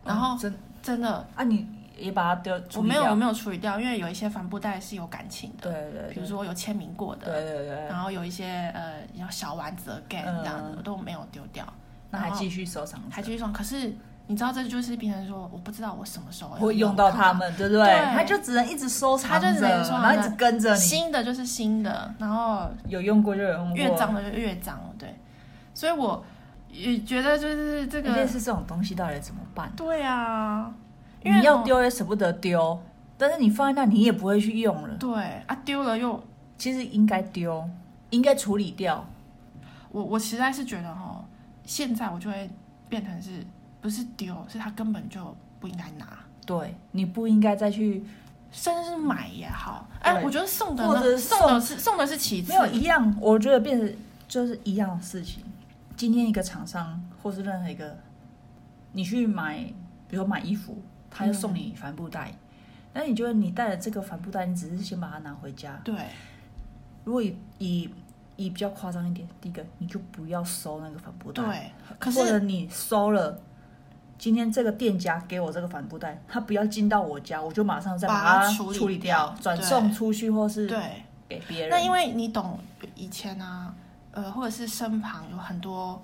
[SPEAKER 1] 然后
[SPEAKER 2] 嗯真
[SPEAKER 1] 真的
[SPEAKER 2] 啊，你也把它丢，
[SPEAKER 1] 我
[SPEAKER 2] 处理
[SPEAKER 1] 没有
[SPEAKER 2] 掉
[SPEAKER 1] 我没有处理掉，因为有一些帆布袋是有感情的，
[SPEAKER 2] 对对对，
[SPEAKER 1] 比如说有签名过的，
[SPEAKER 2] 对对对对，
[SPEAKER 1] 然后有一些呃有小丸子的 game 这样子，
[SPEAKER 2] 嗯
[SPEAKER 1] 我都没有丢掉，
[SPEAKER 2] 那还
[SPEAKER 1] 然后
[SPEAKER 2] 继续收藏着，
[SPEAKER 1] 还继续送。可是你知道，这就是变成说，我不知道我什么时候要
[SPEAKER 2] 会用到它。们，对不对？
[SPEAKER 1] 对
[SPEAKER 2] 它就只能一直收藏
[SPEAKER 1] 它就
[SPEAKER 2] 着，
[SPEAKER 1] 只能收藏着
[SPEAKER 2] 然后一直跟着你，
[SPEAKER 1] 新的就是新的，然后
[SPEAKER 2] 有用过就有用过，
[SPEAKER 1] 越脏的就越脏了，对。所以我也觉得就是这
[SPEAKER 2] 那类
[SPEAKER 1] 个，
[SPEAKER 2] 似这种东西到底怎么办？
[SPEAKER 1] 对啊，因为
[SPEAKER 2] 你要
[SPEAKER 1] 哦
[SPEAKER 2] 丢也舍不得丢，但是你放在那你也不会去用了。
[SPEAKER 1] 对啊，丢了又
[SPEAKER 2] 其实应该丢，应该处理掉。
[SPEAKER 1] 我我实在是觉得哦，现在我就会变成是不是丢，是他根本就不应该拿，
[SPEAKER 2] 对，你不应该再去
[SPEAKER 1] 甚至是买也好，哎，
[SPEAKER 2] 对
[SPEAKER 1] 我觉得送的
[SPEAKER 2] 或者
[SPEAKER 1] 呢
[SPEAKER 2] 是
[SPEAKER 1] 送的是送的是其次
[SPEAKER 2] 没，有一样，我觉得变成就是一样的事情。今天一个厂商或是任何一个，你去买，比如买衣服，他就
[SPEAKER 1] 嗯
[SPEAKER 2] 送你帆布袋，那、你觉得你带了这个帆布袋，你只是先把它拿回家。
[SPEAKER 1] 对，
[SPEAKER 2] 如果以以以比较夸张一点，第一个你就不要收那个帆布袋，
[SPEAKER 1] 对，可
[SPEAKER 2] 或者
[SPEAKER 1] 是
[SPEAKER 2] 你收了。今天这个店家给我这个帆布袋，他不要进到我家，我就马上再
[SPEAKER 1] 把它
[SPEAKER 2] 它
[SPEAKER 1] 处理
[SPEAKER 2] 处理掉
[SPEAKER 1] 掉，
[SPEAKER 2] 转
[SPEAKER 1] 对
[SPEAKER 2] 送出去或是
[SPEAKER 1] 对，
[SPEAKER 2] 给别人。
[SPEAKER 1] 那因为你懂以前啊，呃，或者是身旁有很多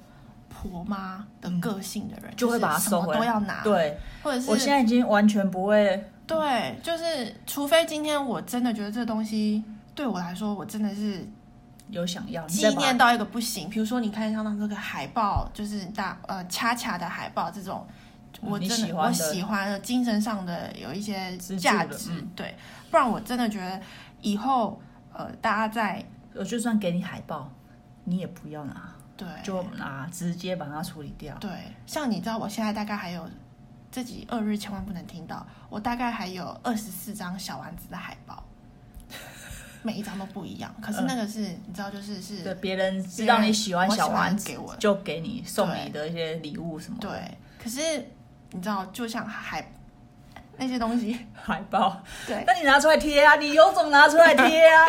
[SPEAKER 1] 婆妈的个性的人，
[SPEAKER 2] 就会把它
[SPEAKER 1] 是什
[SPEAKER 2] 收
[SPEAKER 1] 么
[SPEAKER 2] 回来
[SPEAKER 1] 都要拿，，
[SPEAKER 2] 对，
[SPEAKER 1] 或者是
[SPEAKER 2] 我现在已经完全不会，
[SPEAKER 1] 对，就是除非今天我真的觉得这东西对我来说，我真的是
[SPEAKER 2] 有想要，你
[SPEAKER 1] 纪
[SPEAKER 2] 再把
[SPEAKER 1] 念到一个不行。比如说，你看像那个海报，就是大呃恰恰的海报这种，我
[SPEAKER 2] 嗯你
[SPEAKER 1] 真
[SPEAKER 2] 喜
[SPEAKER 1] 的
[SPEAKER 2] 欢的
[SPEAKER 1] 我喜欢的精神上的有一些
[SPEAKER 2] 资助的
[SPEAKER 1] 价值，
[SPEAKER 2] 嗯
[SPEAKER 1] 对，不然我真的觉得以后呃大家在
[SPEAKER 2] 我就算给你海报，你也不要拿，
[SPEAKER 1] 对
[SPEAKER 2] 就拿直接把它处理掉。
[SPEAKER 1] 对，像你知道我现在大概还有。这集二日千万不能听到，我大概还有二十四张小丸子的海报，每一张都不一样。可是那个是，你知道，就是是
[SPEAKER 2] 嗯对，别人知道你喜欢小丸
[SPEAKER 1] 我
[SPEAKER 2] 子
[SPEAKER 1] 喜欢给我，
[SPEAKER 2] 就给你送你的一些礼物什么的
[SPEAKER 1] 对，可是你知道，就像海那些东 西，
[SPEAKER 2] 海报，
[SPEAKER 1] 对
[SPEAKER 2] 那你拿出来贴啊，你有种拿出来贴 啊，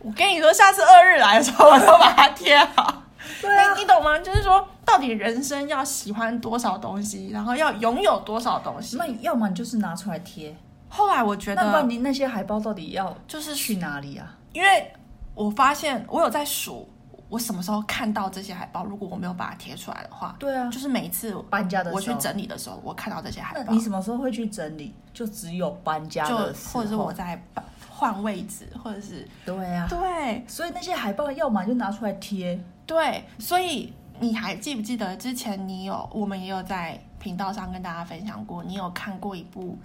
[SPEAKER 1] 我跟你说，下次二日来的时候，我都把它贴好。
[SPEAKER 2] 对啊
[SPEAKER 1] 你，你懂吗？就是说，到底人生要喜欢多少东西，然后要拥有多少东西
[SPEAKER 2] 那。要么你就是拿出来贴，
[SPEAKER 1] 后来我觉
[SPEAKER 2] 那不然
[SPEAKER 1] 得，
[SPEAKER 2] 你那些海报到底要
[SPEAKER 1] 就是
[SPEAKER 2] 去哪里啊？
[SPEAKER 1] 因为我发现我有在数，我什么时候看到这些海报，如果我没有把它贴出来的话，
[SPEAKER 2] 对啊，
[SPEAKER 1] 就是每一次
[SPEAKER 2] 搬家的时候
[SPEAKER 1] 我去整理的时候，我看到这些海
[SPEAKER 2] 那
[SPEAKER 1] 报
[SPEAKER 2] 你，什么时候会去整理？就只有搬家
[SPEAKER 1] 就
[SPEAKER 2] 的时候，
[SPEAKER 1] 或者是我在换位置，或者是
[SPEAKER 2] 对啊，
[SPEAKER 1] 对，
[SPEAKER 2] 所以那些海报要么就拿出来贴，
[SPEAKER 1] 对，所以你还记不记得之前你有我们也有在频道上跟大家分享过，你有看过一部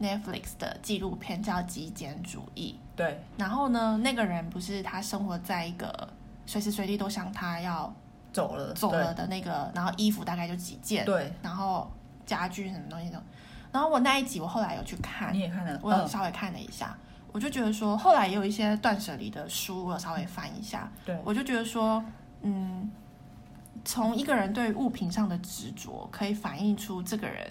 [SPEAKER 1] Netflix 的纪录片叫《极简主义
[SPEAKER 2] 对，》，
[SPEAKER 1] 然后呢，那个人不是他生活在一个随时随地都像他要
[SPEAKER 2] 走了，
[SPEAKER 1] 走了的那个，然后衣服大概就几
[SPEAKER 2] 对，
[SPEAKER 1] 件，
[SPEAKER 2] 对，
[SPEAKER 1] 然后家具什么东西的，然后我那一集我后来有去看
[SPEAKER 2] 你，也看了，
[SPEAKER 1] 我有
[SPEAKER 2] 嗯
[SPEAKER 1] 稍微看了一下，我就觉得说，后来也有一些断舍离的书，我有稍微翻一下，
[SPEAKER 2] 对
[SPEAKER 1] 我就觉得说，嗯，从一个人对物品上的执着，可以反映出这个人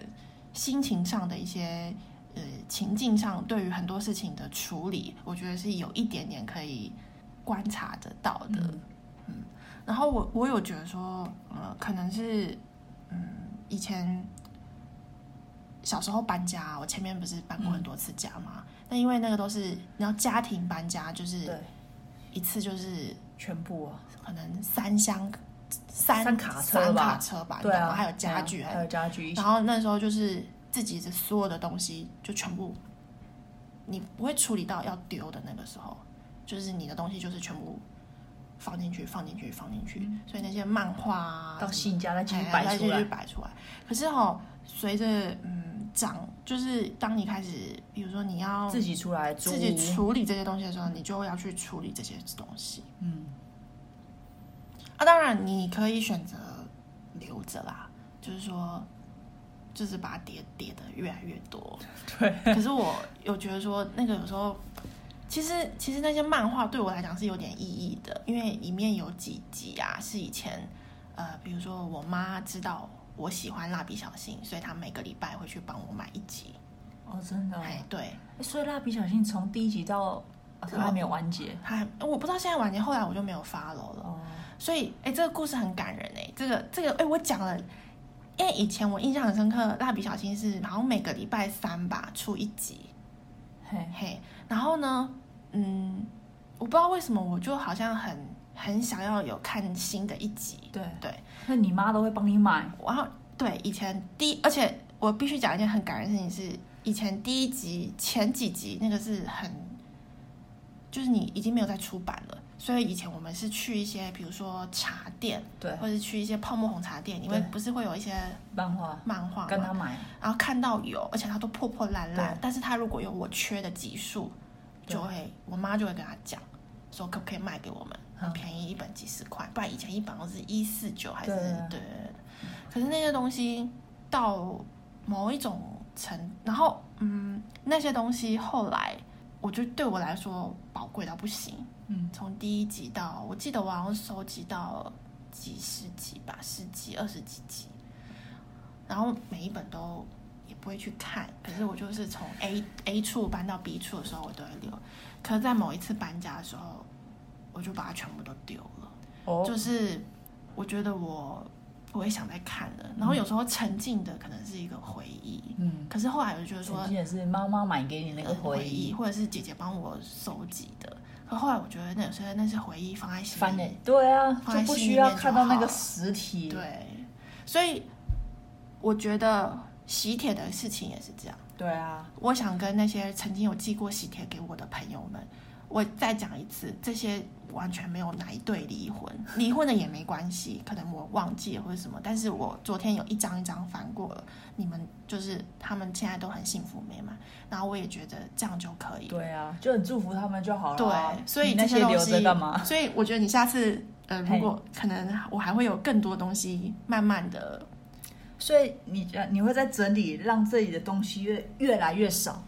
[SPEAKER 1] 心情上的一些呃情境上对于很多事情的处理，我觉得是有一点点可以观察得到的。嗯
[SPEAKER 2] 嗯
[SPEAKER 1] 然后我我有觉得说，呃，可能是嗯以前。小时候搬家，我前面不是搬过很多次家嘛？那、因为那个都是你要家庭搬家，就是
[SPEAKER 2] 对，
[SPEAKER 1] 一次就是
[SPEAKER 2] 全部啊，
[SPEAKER 1] 可能三箱三
[SPEAKER 2] 三卡车
[SPEAKER 1] 三
[SPEAKER 2] 吧
[SPEAKER 1] 卡车吧，
[SPEAKER 2] 对
[SPEAKER 1] 你懂
[SPEAKER 2] 啊，
[SPEAKER 1] 吗还有家具，
[SPEAKER 2] 对啊
[SPEAKER 1] 还
[SPEAKER 2] 还
[SPEAKER 1] 有
[SPEAKER 2] 有家具一起
[SPEAKER 1] 然，后那时候就是自己的所有的东西就全部，你不会处理到要丢的那个时候，就是你的东西就是全部放进去，放进去，放进去，所以那些漫画啊
[SPEAKER 2] 嗯
[SPEAKER 1] 什
[SPEAKER 2] 到
[SPEAKER 1] 么
[SPEAKER 2] 新家再继续
[SPEAKER 1] 哎
[SPEAKER 2] 摆
[SPEAKER 1] 再
[SPEAKER 2] 出
[SPEAKER 1] 继续
[SPEAKER 2] 来，
[SPEAKER 1] 摆出来。可是哦，随着嗯长，就是当你开始，比如说你要
[SPEAKER 2] 自己出来租，
[SPEAKER 1] 自己处理这些东西的时候，你就会要去处理这些东西。
[SPEAKER 2] 嗯，
[SPEAKER 1] 啊，当然你可以选择留着啦，就是说就是把它叠叠的越来越多。
[SPEAKER 2] 对，
[SPEAKER 1] 可是我有觉得说，那个有时候，其实其实那些漫画对我来讲是有点意义的，因为里面有几集啊是以前，呃，比如说我妈知道我喜欢蜡笔小新，所以她每个礼拜会去帮我买一集。
[SPEAKER 2] 哦，真的哦。
[SPEAKER 1] 哎，对，
[SPEAKER 2] 所以蜡笔小新从第一集到啊，它还没有完结。
[SPEAKER 1] 她还我不知道现在完结，后来我就没有 follow 了。
[SPEAKER 2] 哦，
[SPEAKER 1] 所以，哎、这个故事很感人哎、这个这个，哎、我讲了，因为以前我印象很深刻，蜡笔小新是好像每个礼拜三吧出一集，
[SPEAKER 2] 嘿，
[SPEAKER 1] 嘿，然后呢，嗯，我不知道为什么，我就好像很很想要有看新的一集，
[SPEAKER 2] 对
[SPEAKER 1] 对，
[SPEAKER 2] 那你妈都会帮你买。
[SPEAKER 1] 然后对以前第一，而且我必须讲一件很感人的事情是，以前第一集前几集那个是很，就是你已经没有在出版了，所以以前我们是去一些比如说茶店。
[SPEAKER 2] 对，
[SPEAKER 1] 或者去一些泡沫红茶店，你会
[SPEAKER 2] 对
[SPEAKER 1] 不是会有一些
[SPEAKER 2] 漫画
[SPEAKER 1] 漫画
[SPEAKER 2] 跟
[SPEAKER 1] 嘛？
[SPEAKER 2] 她买。
[SPEAKER 1] 然后看到有，而且它都破破烂烂
[SPEAKER 2] 对，
[SPEAKER 1] 但是它如果有我缺的集数，
[SPEAKER 2] 对
[SPEAKER 1] 就会我妈就会跟他讲，说可不可以卖给我们，
[SPEAKER 2] 嗯
[SPEAKER 1] 很便宜，一本几十块，不然以前一本好像是一四九还是
[SPEAKER 2] 对
[SPEAKER 1] 对对对。可是那些东西到某一种程，然后嗯，那些东西后来我觉得对我来说宝贵到不行，
[SPEAKER 2] 嗯，
[SPEAKER 1] 从第一集到，我记得我好像收集到几十集吧，十集、二十几集，然后每一本都也不会去看，可是我就是从 A A 处搬到 B 处的时候，我都会留。可是，在某一次搬家的时候，我就把它全部都丢了，
[SPEAKER 2] 哦，
[SPEAKER 1] 就是我觉得我不会想再看了。然后有时候沉浸的可能是一个回忆，
[SPEAKER 2] 嗯，
[SPEAKER 1] 可是后来我就觉得说
[SPEAKER 2] 曾，经也是妈妈买给你那个回忆，
[SPEAKER 1] 或者是姐姐帮我收集的。可后来我觉得那有些那些回忆放在心里，
[SPEAKER 2] 翻的，对啊，
[SPEAKER 1] 放在
[SPEAKER 2] 就不
[SPEAKER 1] 心里
[SPEAKER 2] 需要
[SPEAKER 1] 面就
[SPEAKER 2] 看到那
[SPEAKER 1] 好
[SPEAKER 2] 个
[SPEAKER 1] 了
[SPEAKER 2] 实体。，
[SPEAKER 1] 对，所以我觉得喜帖的事情也是这样。
[SPEAKER 2] 对啊，
[SPEAKER 1] 我想跟那些曾经有寄过喜帖给我的朋友们，我再讲一次，这些完全没有哪一对离婚，离婚的也没关系，可能我忘记了或者什么，但是我昨天有一张一张翻过了，你们就是他们现在都很幸福美满，然后我也觉得这样就可以了。
[SPEAKER 2] 对啊，就很祝福他们就好了啊。
[SPEAKER 1] 对，所以
[SPEAKER 2] 你那
[SPEAKER 1] 这
[SPEAKER 2] 些
[SPEAKER 1] 东
[SPEAKER 2] 留
[SPEAKER 1] 西
[SPEAKER 2] 着干嘛？
[SPEAKER 1] 所以我觉得你下次，呃，如
[SPEAKER 2] 嘿
[SPEAKER 1] 果可能，我还会有更多东西，慢慢的，
[SPEAKER 2] 所以你呃你会在整理，让这里的东西越越来越少，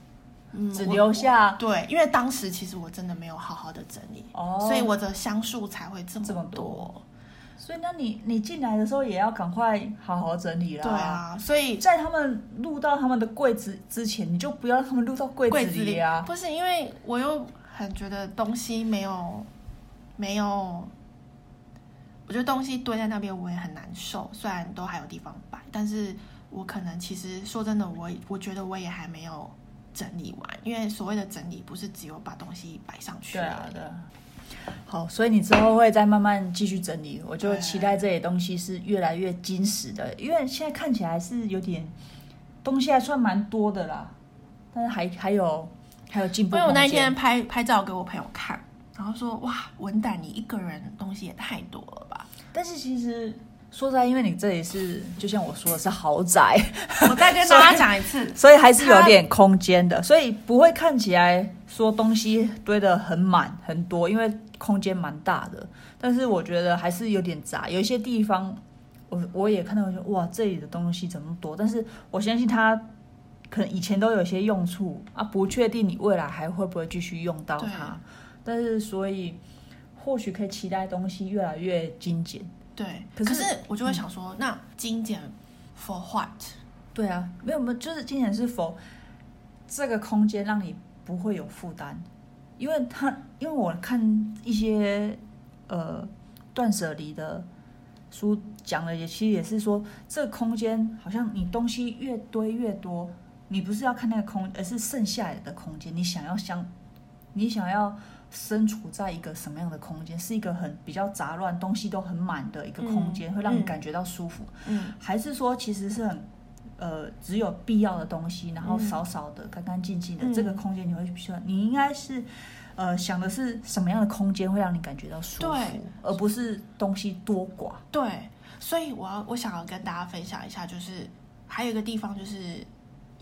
[SPEAKER 1] 嗯
[SPEAKER 2] 只
[SPEAKER 1] 我
[SPEAKER 2] 留下
[SPEAKER 1] 对，因为当时其实我真的没有好好的整理，
[SPEAKER 2] 哦。
[SPEAKER 1] 所以我的箱数才会这么
[SPEAKER 2] 这么
[SPEAKER 1] 多
[SPEAKER 2] 多。所以那你你进来的时候也要赶快好好整理啦。
[SPEAKER 1] 对，啊，所以
[SPEAKER 2] 在他们录到他们的柜子之前，你就不要让他们录到柜
[SPEAKER 1] 柜
[SPEAKER 2] 里啊。
[SPEAKER 1] 不是因为我又很觉得东西没有没有，我觉得东西堆在那边我也很难受，虽然都还有地方摆，但是我可能其实说真的，我我觉得我也还没有整理完，因为所谓的整理不是只有把东西摆上去
[SPEAKER 2] 对
[SPEAKER 1] 而已，
[SPEAKER 2] 啊，对啊。好，所以你之后会再慢慢继续整理，我就
[SPEAKER 1] 对
[SPEAKER 2] 期待这些东西是越来越精实的，因为现在看起来是有点东西还算蛮多的啦，但是还还有还有进步
[SPEAKER 1] 因为我
[SPEAKER 2] 空
[SPEAKER 1] 那
[SPEAKER 2] 间
[SPEAKER 1] 天拍拍照给我朋友看，然后说哇，文胆你一个人东西也太多了 吧？
[SPEAKER 2] 但是其实说实在，因为你这里是就像我说的是豪宅，
[SPEAKER 1] 我再跟大家讲一次，
[SPEAKER 2] 所以还是有点空间的，所以不会看起来说东西堆得很满很多，因为空间蛮大的。但是我觉得还是有点杂，有一些地方我我也看到我就哇这里的东西怎么那么多，但是我相信它可能以前都有一些用处啊，不确定你未来还会不会继续用到它，但是所以或许可以期待东西越来越精简。
[SPEAKER 1] 对，
[SPEAKER 2] 可是
[SPEAKER 1] 可是我就会想说，那精简 for what？
[SPEAKER 2] 对啊，没有没有，就是今年是否这个空间让你不会有负担，因为他因为我看一些呃断舍离的书讲的也其实也是说，这个空间好像你东西越堆越多，你不是要看那个空，而是剩下来的空间，你想要相，你想要。身处在一个什么样的空间？是一个很比较杂乱、东西都很满的一个空间，
[SPEAKER 1] 嗯
[SPEAKER 2] 会让你
[SPEAKER 1] 嗯
[SPEAKER 2] 感觉到舒服。
[SPEAKER 1] 嗯，
[SPEAKER 2] 还是说其实是很呃只有必要的东西，然后
[SPEAKER 1] 嗯
[SPEAKER 2] 少少的、干干净净的、
[SPEAKER 1] 嗯
[SPEAKER 2] 这个空间，你会喜欢？你应该是呃想的是什么样的空间会让你感觉到舒服
[SPEAKER 1] 对，
[SPEAKER 2] 而不是东西多寡。
[SPEAKER 1] 对，所以我要我想要跟大家分享一下，就是还有一个地方就是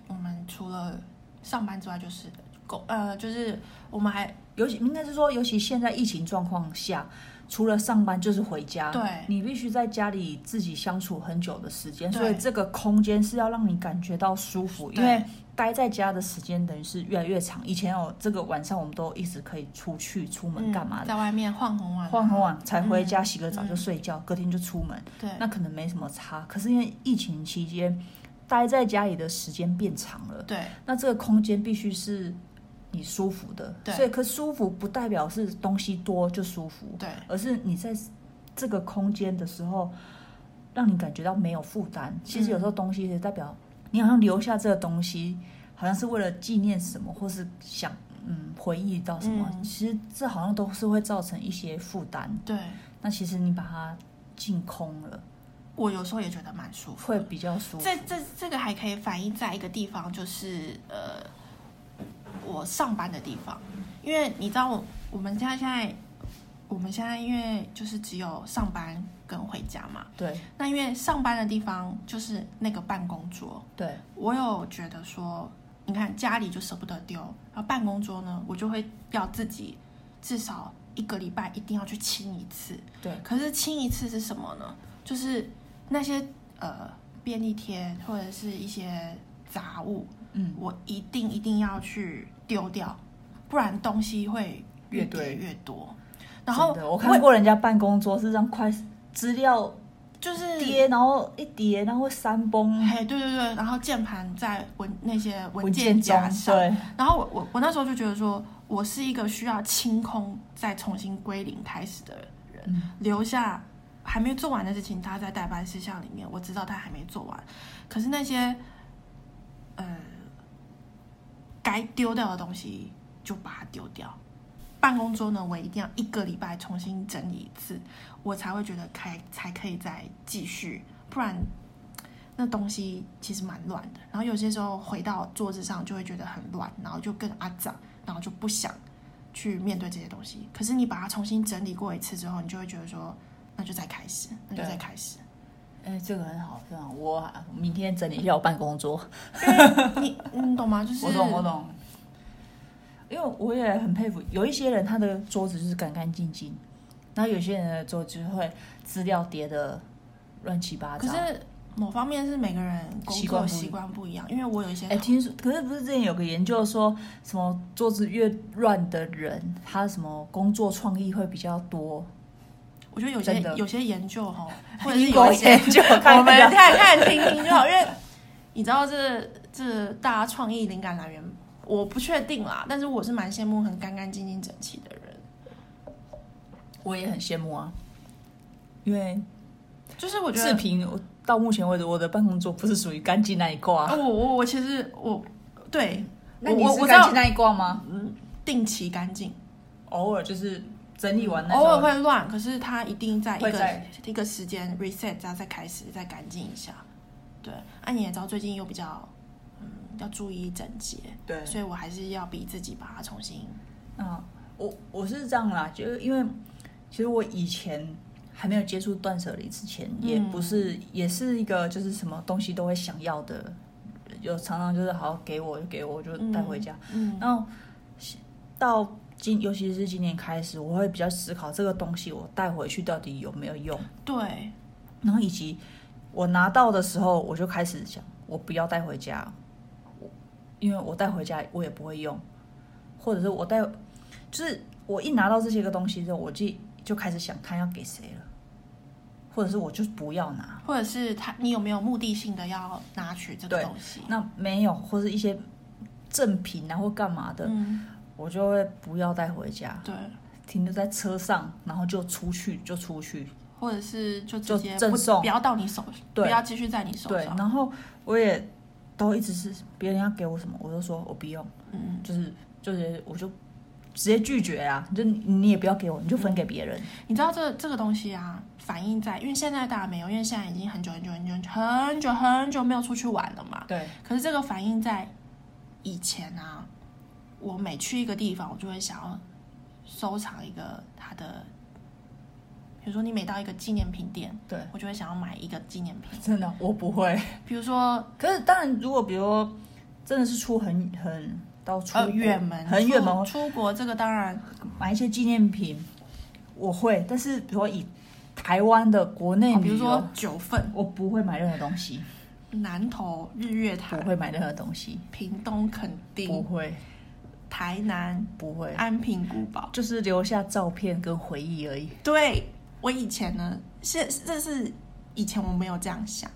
[SPEAKER 1] 我们除了上班之外，就是购，呃，就是我们还
[SPEAKER 2] 尤其应该是说，尤其现在疫情状况下，除了上班就是回家，
[SPEAKER 1] 对
[SPEAKER 2] 你必须在家里自己相处很久的时间，
[SPEAKER 1] 对
[SPEAKER 2] 所以这个空间是要让你感觉到舒服，因
[SPEAKER 1] 对
[SPEAKER 2] 为待在家的时间等于是越来越长。以前哦，这个晚上我们都一直可以出去出门干嘛
[SPEAKER 1] 嗯
[SPEAKER 2] 的，
[SPEAKER 1] 在外面晃红啊玩，
[SPEAKER 2] 晃很晚才回家，洗个澡
[SPEAKER 1] 嗯
[SPEAKER 2] 就睡觉，隔天就出门，
[SPEAKER 1] 对，
[SPEAKER 2] 那可能没什么差。可是因为疫情期间，待在家里的时间变长了。
[SPEAKER 1] 对，
[SPEAKER 2] 那这个空间必须是你舒服的，
[SPEAKER 1] 对
[SPEAKER 2] 所以可舒服不代表是东西多就舒服，
[SPEAKER 1] 对，
[SPEAKER 2] 而是你在这个空间的时候，让你感觉到没有负担。其
[SPEAKER 1] 嗯
[SPEAKER 2] 实有时候东西也代表你好像留下这个东西，好像是为了纪念什么，或是想嗯回忆到什么，
[SPEAKER 1] 嗯
[SPEAKER 2] 其实这好像都是会造成一些负担。
[SPEAKER 1] 对，
[SPEAKER 2] 那其实你把它净空了，
[SPEAKER 1] 我有时候也觉得蛮舒服。
[SPEAKER 2] 会比较舒服。
[SPEAKER 1] 这这这个还可以反映在一个地方，就是呃，我上班的地方，因为你知道我我们家现在我们现在因为就是只有上班跟回家嘛，
[SPEAKER 2] 对
[SPEAKER 1] 那因为上班的地方就是那个办公桌，
[SPEAKER 2] 对
[SPEAKER 1] 我有觉得说，你看家里就舍不得丢，然后办公桌呢，我就会要自己至少一个礼拜一定要去清一次。
[SPEAKER 2] 对，
[SPEAKER 1] 可是清一次是什么呢？就是那些呃便利贴或者是一些杂物，
[SPEAKER 2] 嗯，
[SPEAKER 1] 我一定一定要去丢掉，不然东西会越
[SPEAKER 2] 越堆
[SPEAKER 1] 叠越多。然后
[SPEAKER 2] 真的我看过人家办公桌是这样快资料
[SPEAKER 1] 就是
[SPEAKER 2] 跌，然后一叠，然后会山崩
[SPEAKER 1] 嘿，对对对，然后键盘在文那些文
[SPEAKER 2] 嗯文
[SPEAKER 1] 件
[SPEAKER 2] 件中
[SPEAKER 1] 夹，上，
[SPEAKER 2] 对
[SPEAKER 1] 然后我我我那时候就觉得说，我是一个需要清空再重新归零开始的人，
[SPEAKER 2] 嗯
[SPEAKER 1] 留下还没做完的事情，他在代办事项里面，我知道他还没做完，可是那些呃该丢掉的东西就把它丢掉。办公桌呢，我一定要一个礼拜重新整理一次，我才会觉得开才可以再继续，不然那东西其实蛮乱的。然后有些时候回到桌子上就会觉得很乱，然后就更阿脏，然后就不想去面对这些东西。可是你把它重新整理过一次之后，你就会觉得说，那就再开始，那就
[SPEAKER 2] 对
[SPEAKER 1] 再开始。
[SPEAKER 2] 哎、这个很好，这样我啊明天整理一下我办公桌。
[SPEAKER 1] 你你懂吗？就是
[SPEAKER 2] 我懂，我懂。因为我也很佩服，有一些人他的桌子就是干干净净，然后有些人的桌子就会资料叠的乱七八
[SPEAKER 1] 可
[SPEAKER 2] 糟。
[SPEAKER 1] 是某方面是每个人工
[SPEAKER 2] 习
[SPEAKER 1] 作
[SPEAKER 2] 惯不一
[SPEAKER 1] 习惯不一样，因为我有一些
[SPEAKER 2] 哎、听说可是不是之前有个研究说什么桌子越乱的人，他什么工作创意会比较多？
[SPEAKER 1] 我觉得有些
[SPEAKER 2] 真的
[SPEAKER 1] 有些研究 哈，或
[SPEAKER 2] 或
[SPEAKER 1] 者
[SPEAKER 2] 者
[SPEAKER 1] 是
[SPEAKER 2] 是
[SPEAKER 1] 有
[SPEAKER 2] 有
[SPEAKER 1] 一
[SPEAKER 2] 一
[SPEAKER 1] 些
[SPEAKER 2] 些
[SPEAKER 1] 我
[SPEAKER 2] 我
[SPEAKER 1] 们
[SPEAKER 2] 们
[SPEAKER 1] 看看听听就好，因为你知道这这大家创意灵感来源，我不确定啦，但是我是蛮羡慕很干干净净整齐的人，
[SPEAKER 2] 我也很羡慕啊，因为
[SPEAKER 1] 就是我觉
[SPEAKER 2] 视
[SPEAKER 1] 得
[SPEAKER 2] 频我到目前为止，我的办公桌不是属于干净那一挂、
[SPEAKER 1] 哦我我我其实我对
[SPEAKER 2] 那
[SPEAKER 1] 我
[SPEAKER 2] 你
[SPEAKER 1] 我
[SPEAKER 2] 是
[SPEAKER 1] 我知道
[SPEAKER 2] 干净那一挂吗？
[SPEAKER 1] 定期干净，
[SPEAKER 2] 偶尔就是整理完那
[SPEAKER 1] 偶尔
[SPEAKER 2] 会
[SPEAKER 1] 会乱，可是它一定在一
[SPEAKER 2] 会
[SPEAKER 1] 个
[SPEAKER 2] 在
[SPEAKER 1] 一个时间 reset，然后再开始再干净一下。对，啊，你也知道最近又比较嗯要注意整洁，
[SPEAKER 2] 对
[SPEAKER 1] 所以我还是要逼自己把它重新
[SPEAKER 2] 嗯，我我是这样啦，就是因为其实我以前还没有接触断舍离之前，也
[SPEAKER 1] 嗯
[SPEAKER 2] 不是也是一个就是什么东西都会想要的，有常常就是好给我就给我就带回家，
[SPEAKER 1] 嗯
[SPEAKER 2] 然后到今尤其是今年开始，我会比较思考这个东西我带回去到底有没有用。
[SPEAKER 1] 对，
[SPEAKER 2] 然后以及我拿到的时候，我就开始想，我不要带回家，我因为我带回家我也不会用，或者是我带，就是我一拿到这些个东西之后，我就就开始想看要给谁了，或者是我就不要拿。
[SPEAKER 1] 或者是他你有没有目的性的要拿取这个
[SPEAKER 2] 对
[SPEAKER 1] 东西？
[SPEAKER 2] 那没有，或是一些赠品啊或干嘛的，
[SPEAKER 1] 嗯，
[SPEAKER 2] 我就会不要带回家，
[SPEAKER 1] 对，
[SPEAKER 2] 停留在车上，然后就出去就出去，
[SPEAKER 1] 或者是就直
[SPEAKER 2] 就
[SPEAKER 1] 接
[SPEAKER 2] 赠
[SPEAKER 1] 不
[SPEAKER 2] 送
[SPEAKER 1] 不要到你手，不
[SPEAKER 2] 对
[SPEAKER 1] 要继续在你手
[SPEAKER 2] 对，
[SPEAKER 1] 上。
[SPEAKER 2] 然后我也都一直是别人要给我什么，我就说我不用。
[SPEAKER 1] 嗯，
[SPEAKER 2] 就是就是我就直接拒绝啊，就你你也不要给我，你就分给别人。
[SPEAKER 1] 你知道这这个东西啊，反映在因为现在大家没有，因为现在已经很久很久很久很久很久很久没有出去玩了嘛。
[SPEAKER 2] 对，
[SPEAKER 1] 可是这个反映在以前啊，我每去一个地方，我就会想要收藏一个它的，比如说你每到一个纪念品店，
[SPEAKER 2] 对
[SPEAKER 1] 我就会想要买一个纪念品，
[SPEAKER 2] 真的我不会。
[SPEAKER 1] 比如说
[SPEAKER 2] 可是当然，如果比如说真的是出很很到出
[SPEAKER 1] 呃，
[SPEAKER 2] 国
[SPEAKER 1] 远门
[SPEAKER 2] 很远
[SPEAKER 1] 出
[SPEAKER 2] 门，
[SPEAKER 1] 出国这个当然
[SPEAKER 2] 买一些纪念品，我会，但是比如说以台湾的国内、
[SPEAKER 1] 哦比如说，九份、
[SPEAKER 2] 我不会买任何东西，
[SPEAKER 1] 南投、日月
[SPEAKER 2] 不
[SPEAKER 1] 潭、
[SPEAKER 2] 会买任何东西，
[SPEAKER 1] 屏东、垦
[SPEAKER 2] 不
[SPEAKER 1] 丁、
[SPEAKER 2] 会，
[SPEAKER 1] 台南、
[SPEAKER 2] 不会，
[SPEAKER 1] 安平古堡。
[SPEAKER 2] 就是留下照片跟回忆而已。
[SPEAKER 1] 对我以前呢，是这是以前我没有这样想，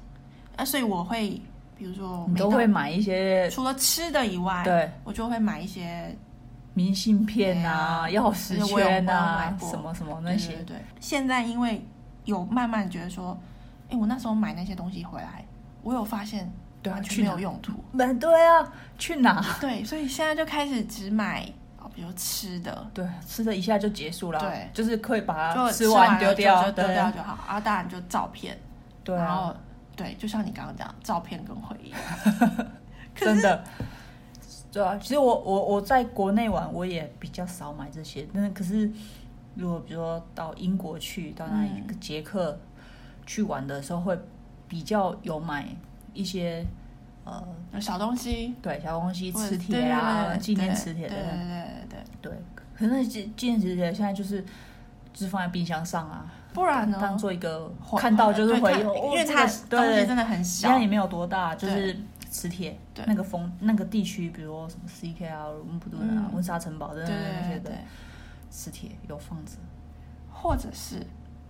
[SPEAKER 1] 啊，所以我会比如说
[SPEAKER 2] 你
[SPEAKER 1] 每
[SPEAKER 2] 都
[SPEAKER 1] 哦到
[SPEAKER 2] 会买一些
[SPEAKER 1] 除了吃的以外，
[SPEAKER 2] 对
[SPEAKER 1] 我就会买一些
[SPEAKER 2] 明信片啊、
[SPEAKER 1] 对啊
[SPEAKER 2] 钥匙
[SPEAKER 1] 而
[SPEAKER 2] 圈啊
[SPEAKER 1] 且我有我有买、过
[SPEAKER 2] 什么什么那些，
[SPEAKER 1] 对对对，现在因为有慢慢觉得说，哎，我那时候买那些东西回来，我有发现
[SPEAKER 2] 对啊
[SPEAKER 1] 完全
[SPEAKER 2] 去
[SPEAKER 1] 没有
[SPEAKER 2] 哪
[SPEAKER 1] 用途。
[SPEAKER 2] 嗯，对啊，去哪？
[SPEAKER 1] 对，所以现在就开始只买哦，比如吃的，
[SPEAKER 2] 对，吃的一下就结束了，
[SPEAKER 1] 对
[SPEAKER 2] 就是可以把它
[SPEAKER 1] 就
[SPEAKER 2] 啊吃
[SPEAKER 1] 完
[SPEAKER 2] 完丢掉，
[SPEAKER 1] 就就丢
[SPEAKER 2] 对
[SPEAKER 1] 掉
[SPEAKER 2] 啊
[SPEAKER 1] 就好。啊，当然就照片，
[SPEAKER 2] 对
[SPEAKER 1] 然
[SPEAKER 2] 啊，
[SPEAKER 1] 后对，就像你刚刚讲，照片跟回忆。可
[SPEAKER 2] 真的。对啊，其实我我我在国内玩，我也比较少买这些。但是可是，如果比如说到英国去，到那里
[SPEAKER 1] 嗯
[SPEAKER 2] 捷克去玩的时候，会比较有买一些呃，
[SPEAKER 1] 有小东西，
[SPEAKER 2] 对小东西，
[SPEAKER 1] 或者是
[SPEAKER 2] 磁铁啊，
[SPEAKER 1] 对对对
[SPEAKER 2] 纪念
[SPEAKER 1] 对
[SPEAKER 2] 磁铁
[SPEAKER 1] 对
[SPEAKER 2] 的
[SPEAKER 1] 对对对对。
[SPEAKER 2] 对，可是那纪纪念纸现在就是就是放在冰箱上啊，
[SPEAKER 1] 不然
[SPEAKER 2] 当
[SPEAKER 1] 呢？
[SPEAKER 2] 做一个
[SPEAKER 1] 回
[SPEAKER 2] 看到就是
[SPEAKER 1] 对
[SPEAKER 2] 回
[SPEAKER 1] 看
[SPEAKER 2] 忆，哦
[SPEAKER 1] 因为
[SPEAKER 2] 这
[SPEAKER 1] 它
[SPEAKER 2] 个
[SPEAKER 1] 东西
[SPEAKER 2] 对
[SPEAKER 1] 真的很小
[SPEAKER 2] 现在。也没有多大，就是
[SPEAKER 1] 对
[SPEAKER 2] 磁铁
[SPEAKER 1] 对
[SPEAKER 2] 那个风那个地区，比如说什么 CK 啊、温布顿啊、
[SPEAKER 1] 嗯
[SPEAKER 2] 温莎城堡的
[SPEAKER 1] 对
[SPEAKER 2] 那
[SPEAKER 1] 对对
[SPEAKER 2] 些的
[SPEAKER 1] 对，
[SPEAKER 2] 磁铁有放着。
[SPEAKER 1] 或者是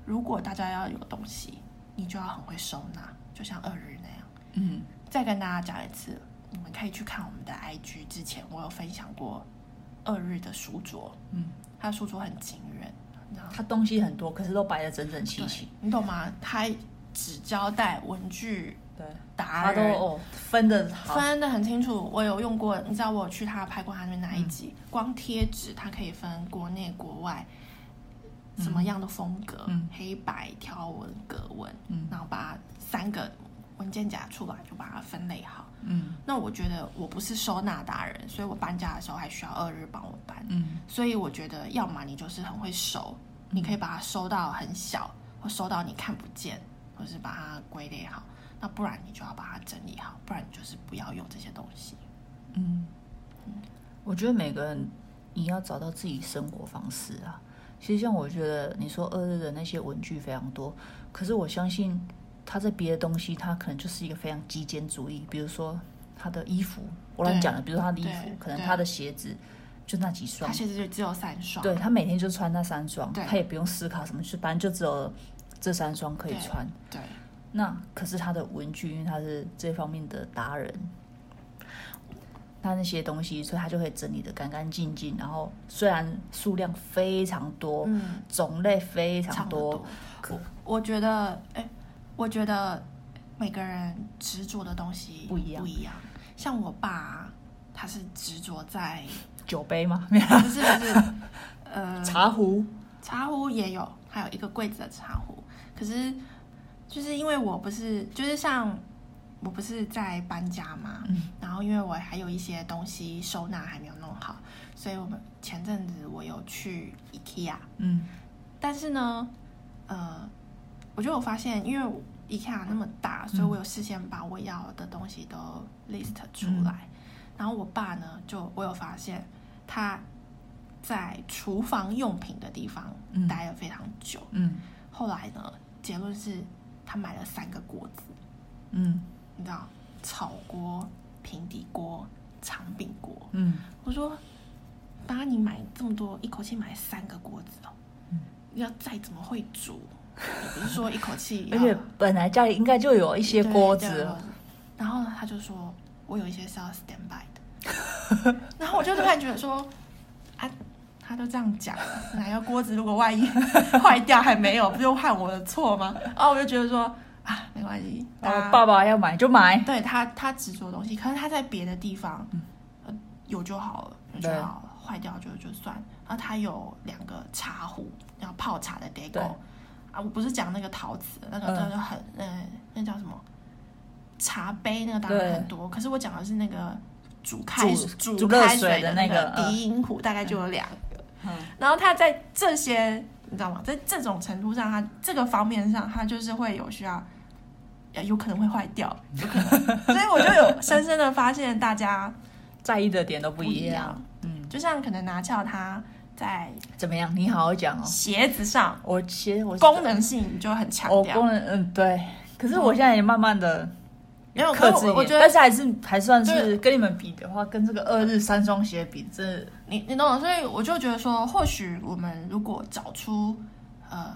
[SPEAKER 1] 如果大家要有东西，你就要很会收纳，就像二日那样。
[SPEAKER 2] 嗯，
[SPEAKER 1] 再跟大家讲一次，你们可以去看我们的 IG，之前我有分享过二日的书桌，
[SPEAKER 2] 嗯，
[SPEAKER 1] 它的书桌很惊人，然后
[SPEAKER 2] 它东西很多，可是都摆得整整齐
[SPEAKER 1] 对
[SPEAKER 2] 齐。
[SPEAKER 1] 你懂吗？它纸胶带、文具
[SPEAKER 2] 对，
[SPEAKER 1] 达
[SPEAKER 2] 它都
[SPEAKER 1] 人。
[SPEAKER 2] 哦分的好。
[SPEAKER 1] 分的很清楚，我有用过，你知道我有去他拍过他那边哪一集？
[SPEAKER 2] 嗯
[SPEAKER 1] 光贴纸它可以分国内国外，什么样的风格，
[SPEAKER 2] 嗯
[SPEAKER 1] 黑白条纹、格纹，
[SPEAKER 2] 嗯
[SPEAKER 1] 然后把三个文件夹出来就把它分类好。
[SPEAKER 2] 嗯
[SPEAKER 1] 那我觉得我不是收纳达人，所以我搬家的时候还需要二日帮我搬。
[SPEAKER 2] 嗯
[SPEAKER 1] 所以我觉得，要么你就是很会收，你可以把它收到很小，或收到你看不见，或是把它归类好。那不然你就要把它整理好，不然你就是不要用这些东西。
[SPEAKER 2] 嗯，我觉得每个人你要找到自己生活方式啊。其实像我觉得你说二日的那些文具非常多，可是我相信他在别的东西，他可能就是一个非常极简主义，比如说他的衣服，我乱讲了，比如说他的衣服
[SPEAKER 1] 对，
[SPEAKER 2] 可能
[SPEAKER 1] 对
[SPEAKER 2] 他的鞋子就那几双
[SPEAKER 1] 它，其实就只有三双，
[SPEAKER 2] 对他每天就穿那三双，
[SPEAKER 1] 对
[SPEAKER 2] 他也不用思考什么，就反正就只有这三双可以
[SPEAKER 1] 对
[SPEAKER 2] 穿。
[SPEAKER 1] 对
[SPEAKER 2] 那可是他的文具，因为他是这方面的达人，他那些东西，所以他就可以整理的干干净净。然后虽然数量非常多，
[SPEAKER 1] 嗯，
[SPEAKER 2] 种类非
[SPEAKER 1] 差不
[SPEAKER 2] 常多，
[SPEAKER 1] 多。
[SPEAKER 2] 可
[SPEAKER 1] 我觉得，哎，我觉得每个人执着的东西
[SPEAKER 2] 不一样
[SPEAKER 1] 不一样。像我爸，啊他是执着 在，
[SPEAKER 2] 酒杯吗？
[SPEAKER 1] 不是不是，呃，
[SPEAKER 2] 茶壶，
[SPEAKER 1] 茶壶也有，还有一个柜子的茶壶。可是就是因为我不是，就是像我不是在搬家嘛，
[SPEAKER 2] 嗯
[SPEAKER 1] 然后因为我还有一些东西收纳还没有弄好，所以我们前阵子我有去 IKEA，
[SPEAKER 2] 嗯
[SPEAKER 1] 但是呢，呃，我觉得我发现，因为 IKEA 那么大，所以我有事先把我要的东西都 list 出来。然后我爸呢，就我有发现他在厨房用品的地方
[SPEAKER 2] 嗯
[SPEAKER 1] 待了非常久。
[SPEAKER 2] 嗯
[SPEAKER 1] 后来呢，结论是他买了三个锅子，
[SPEAKER 2] 嗯
[SPEAKER 1] 你知道，炒锅、平底锅、长柄锅。
[SPEAKER 2] 嗯，
[SPEAKER 1] 我说：“爸，你买这么多，一口气买三个锅子哦，
[SPEAKER 2] 嗯
[SPEAKER 1] 要再怎么会煮？也不是说一口气要，
[SPEAKER 2] 而且本来家里应该就有一些锅子
[SPEAKER 1] 对对
[SPEAKER 2] 了，
[SPEAKER 1] 然后呢，他就说我有一些是要 stand by 的， 然后我就突然觉得说，啊，他都这样讲了，哪个锅子如果万一 坏掉还没有，不就判我的错吗？然后我就觉得说啊，没关系，大
[SPEAKER 2] 然后
[SPEAKER 1] 家
[SPEAKER 2] 爸爸要买就买，
[SPEAKER 1] 对他，他执着的东西，可是他在别的地方，呃，有就好了，有就
[SPEAKER 2] 嗯对
[SPEAKER 1] 好了，坏掉就就算。然后他有两个茶壶，然后泡茶的 d e c
[SPEAKER 2] 对
[SPEAKER 1] o 啊，我不是讲那个陶瓷，那个
[SPEAKER 2] 嗯
[SPEAKER 1] 那就很，嗯，那叫什么？茶杯那个当然
[SPEAKER 2] 对
[SPEAKER 1] 很多，可是我讲的是那个煮开
[SPEAKER 2] 煮
[SPEAKER 1] 煮
[SPEAKER 2] 热
[SPEAKER 1] 开
[SPEAKER 2] 水
[SPEAKER 1] 水
[SPEAKER 2] 的
[SPEAKER 1] 那
[SPEAKER 2] 那个嗯
[SPEAKER 1] 低音壶，大概就有两个。
[SPEAKER 2] 嗯
[SPEAKER 1] 然后他在这些，你知道吗？在这种程度上，他这个方面上，他就是会有需要， 呃有可能会坏掉，有可能。所以我就有深深的发现，大家
[SPEAKER 2] 在意的点都不一
[SPEAKER 1] 不一
[SPEAKER 2] 样
[SPEAKER 1] 样。
[SPEAKER 2] 嗯，
[SPEAKER 1] 就像可能拿翘它在
[SPEAKER 2] 怎么样？你好好讲哦。
[SPEAKER 1] 鞋子上
[SPEAKER 2] 我其实我
[SPEAKER 1] 功能性就很强
[SPEAKER 2] 我
[SPEAKER 1] 调
[SPEAKER 2] 功，能嗯对，可是我现在也慢慢的
[SPEAKER 1] 没有，
[SPEAKER 2] 克
[SPEAKER 1] 可
[SPEAKER 2] 制
[SPEAKER 1] 是
[SPEAKER 2] 一
[SPEAKER 1] 我我
[SPEAKER 2] 点
[SPEAKER 1] 觉得
[SPEAKER 2] 但是还是还算
[SPEAKER 1] 对
[SPEAKER 2] 是跟你们比的话，跟这个二日三双鞋比，这
[SPEAKER 1] 你你懂我，所以我就觉得说，或许我们如果找出，呃，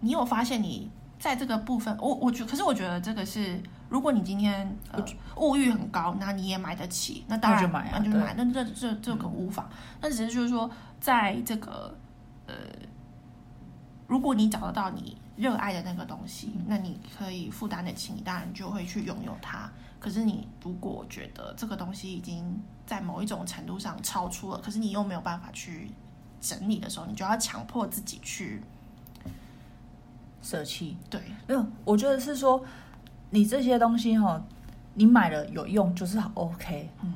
[SPEAKER 1] 你有发现你在这个部分，我我觉，可是我觉得这个是，如果你今天呃物欲很高，那你也买得起，那当然
[SPEAKER 2] 那就买啊嗯
[SPEAKER 1] 那就买，那这这这个无妨。那只是就是说，在这个呃，如果你找得到你热爱的那个东西，那你可以负担得起，你当然就会去拥有它。可是你如果觉得这个东西已经在某一种程度上超出了，可是你又没有办法去整理的时候，你就要强迫自己去
[SPEAKER 2] 舍弃
[SPEAKER 1] 对，
[SPEAKER 2] 没有，我觉得是说你这些东西哈、你买了有用就是好 OK，
[SPEAKER 1] 嗯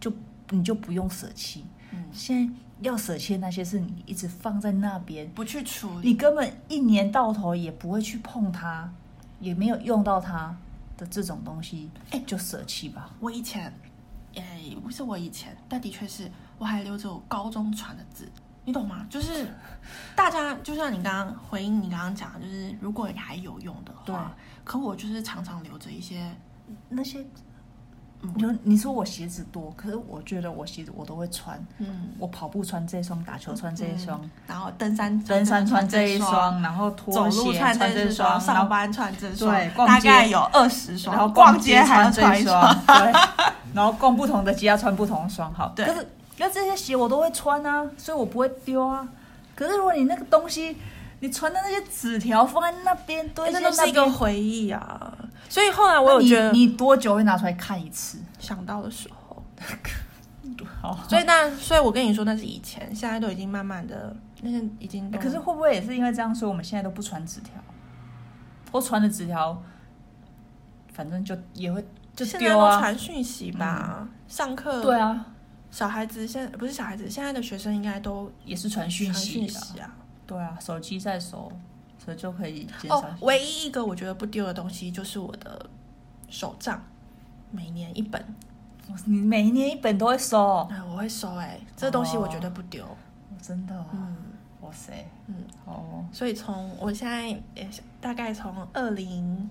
[SPEAKER 2] 就你就不用舍弃。
[SPEAKER 1] 嗯，
[SPEAKER 2] 现在要舍弃的那些是你一直放在那边，
[SPEAKER 1] 不去处理，
[SPEAKER 2] 你根本一年到头也不会去碰它，也没有用到它的这种东西，
[SPEAKER 1] 哎
[SPEAKER 2] 就舍弃吧。
[SPEAKER 1] 我以前，哎、不是我以前，但的确是我还留着我高中传的字，你懂吗？就是大家，就像你刚刚回应你刚刚讲的，就是如果你还有用的
[SPEAKER 2] 对
[SPEAKER 1] 话，可我就是常常留着一些，
[SPEAKER 2] 那些
[SPEAKER 1] 嗯，
[SPEAKER 2] 你说你说我鞋子多，可是我觉得我鞋子我都会穿，
[SPEAKER 1] 嗯，
[SPEAKER 2] 我跑步穿这一双，打球穿这一双，
[SPEAKER 1] 然后登山
[SPEAKER 2] 登山穿这一
[SPEAKER 1] 双。
[SPEAKER 2] 双，然后
[SPEAKER 1] 走
[SPEAKER 2] 拖
[SPEAKER 1] 路
[SPEAKER 2] 鞋
[SPEAKER 1] 穿
[SPEAKER 2] 穿
[SPEAKER 1] 这
[SPEAKER 2] 这双，然
[SPEAKER 1] 上
[SPEAKER 2] 后
[SPEAKER 1] 班穿这双
[SPEAKER 2] 对，逛
[SPEAKER 1] 大
[SPEAKER 2] 街
[SPEAKER 1] 概有二十双，
[SPEAKER 2] 然后
[SPEAKER 1] 逛
[SPEAKER 2] 街
[SPEAKER 1] 还要
[SPEAKER 2] 穿这
[SPEAKER 1] 穿一
[SPEAKER 2] 一双
[SPEAKER 1] 双，，
[SPEAKER 2] 对， 然后逛不同的街要穿不同的双号。
[SPEAKER 1] 对
[SPEAKER 2] 可是可是这些鞋我都会穿啊，所以我不会丢啊。可是如果你那个东西，你传的那些纸条放在那边堆
[SPEAKER 1] 哎
[SPEAKER 2] 在
[SPEAKER 1] 这
[SPEAKER 2] 那
[SPEAKER 1] 都是一
[SPEAKER 2] 边，
[SPEAKER 1] 个回忆啊。所以后来我
[SPEAKER 2] 那
[SPEAKER 1] 有
[SPEAKER 2] 你
[SPEAKER 1] 觉得
[SPEAKER 2] 你多久会拿出来看一次？
[SPEAKER 1] 想到的时候，
[SPEAKER 2] 好，
[SPEAKER 1] 所以那所以我跟你说那是以前，现在都已经慢慢的，那些已经都
[SPEAKER 2] 哎可是会不会也是因为这样，所以我们现在都不传纸条，或传的纸条，反正就也会就
[SPEAKER 1] 现在
[SPEAKER 2] 丢
[SPEAKER 1] 都
[SPEAKER 2] 啊。嗯
[SPEAKER 1] 传讯息吧，上课
[SPEAKER 2] 对啊，
[SPEAKER 1] 小孩子现在不是小孩子，现在的学生应该都
[SPEAKER 2] 也是传讯
[SPEAKER 1] 传
[SPEAKER 2] 息
[SPEAKER 1] 讯
[SPEAKER 2] 的啊。
[SPEAKER 1] 息啊。
[SPEAKER 2] 对啊，手机在手，所以就可以减少
[SPEAKER 1] 哦，唯一一个我觉得不丢的东西就是我的手账，每年一本，
[SPEAKER 2] 哇你每一年一本都会收哦，
[SPEAKER 1] 哎，我会收哎、这东西我绝对不丢。
[SPEAKER 2] 真的、哦？
[SPEAKER 1] 嗯，
[SPEAKER 2] 哇塞，
[SPEAKER 1] 嗯，
[SPEAKER 2] 哦，
[SPEAKER 1] 所以从我现在也大概从二零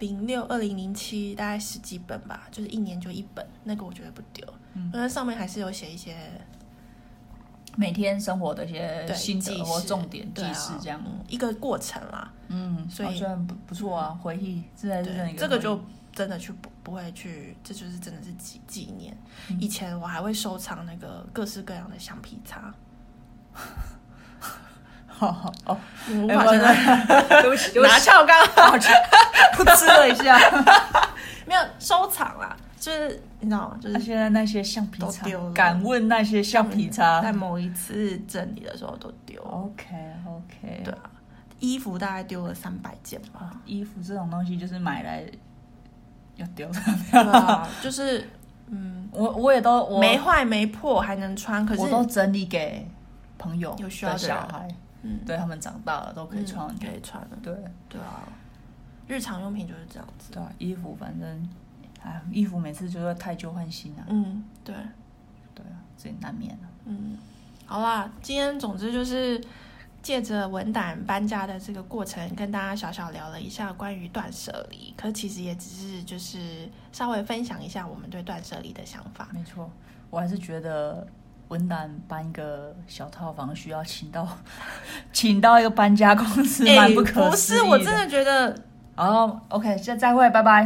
[SPEAKER 1] 零六、二零零七，大概十几本吧，就是一年就一本，那个我觉得不丢，
[SPEAKER 2] 嗯
[SPEAKER 1] 因为上面还是有写一些
[SPEAKER 2] 每天生活的一些
[SPEAKER 1] 对
[SPEAKER 2] 呃心
[SPEAKER 1] 记
[SPEAKER 2] 得或
[SPEAKER 1] 事
[SPEAKER 2] 重点
[SPEAKER 1] 对
[SPEAKER 2] 记
[SPEAKER 1] 啊
[SPEAKER 2] 事这样，
[SPEAKER 1] 嗯一个过程啦。
[SPEAKER 2] 嗯，
[SPEAKER 1] 所以
[SPEAKER 2] 我觉得不不错啊，回忆，这才是真的
[SPEAKER 1] 对
[SPEAKER 2] 一，个
[SPEAKER 1] 这个
[SPEAKER 2] 回忆
[SPEAKER 1] 就 真的去不不会去，这就是真的是纪纪念。
[SPEAKER 2] 嗯
[SPEAKER 1] 以前我还会收藏那个各式各样的橡皮擦，
[SPEAKER 2] 好好哦，
[SPEAKER 1] 你嗯无
[SPEAKER 2] 哎
[SPEAKER 1] 法
[SPEAKER 2] 我
[SPEAKER 1] 想象
[SPEAKER 2] 对不起，对不
[SPEAKER 1] 拿
[SPEAKER 2] 起，
[SPEAKER 1] 翘 刚好
[SPEAKER 2] 噗嗤了一下，
[SPEAKER 1] 没有收藏啦，就是你知道吗？ 就是
[SPEAKER 2] 那现在那些橡皮
[SPEAKER 1] 都
[SPEAKER 2] 擦
[SPEAKER 1] 丢了，
[SPEAKER 2] 敢问那些橡皮擦
[SPEAKER 1] 嗯在某一次整理的时候都丢。
[SPEAKER 2] ？OK OK，
[SPEAKER 1] 对啊，衣服大概丢了三百件 吧。
[SPEAKER 2] 衣服这种东西就是买来要丢的，
[SPEAKER 1] 对啊，就是嗯，
[SPEAKER 2] 我我也都我
[SPEAKER 1] 没坏没破还能穿，可是
[SPEAKER 2] 我都整理给朋友
[SPEAKER 1] 有需要的
[SPEAKER 2] 的
[SPEAKER 1] 人
[SPEAKER 2] 小孩，
[SPEAKER 1] 嗯，
[SPEAKER 2] 对他们长大了都可以穿
[SPEAKER 1] 嗯。可以穿的。
[SPEAKER 2] 对
[SPEAKER 1] 对啊，日常用品就是这样子。
[SPEAKER 2] 对啊，衣服反正，哎，衣服每次就是太旧换新啊，
[SPEAKER 1] 嗯，对，
[SPEAKER 2] 对啊，这也难免啊。
[SPEAKER 1] 嗯，好啦，今天总之就是。借着文胆搬家的这个过程，跟大家小小聊了一下关于断舍离，可其实也只是就是稍微分享一下我们对断舍离的想法。
[SPEAKER 2] 没错，我还是觉得文旦搬一个小套房需要请到 请到一个搬家公司，蛮
[SPEAKER 1] 不
[SPEAKER 2] 可
[SPEAKER 1] 哎不
[SPEAKER 2] 思议
[SPEAKER 1] 是，我真的觉得
[SPEAKER 2] 哦，OK，下再会，拜拜。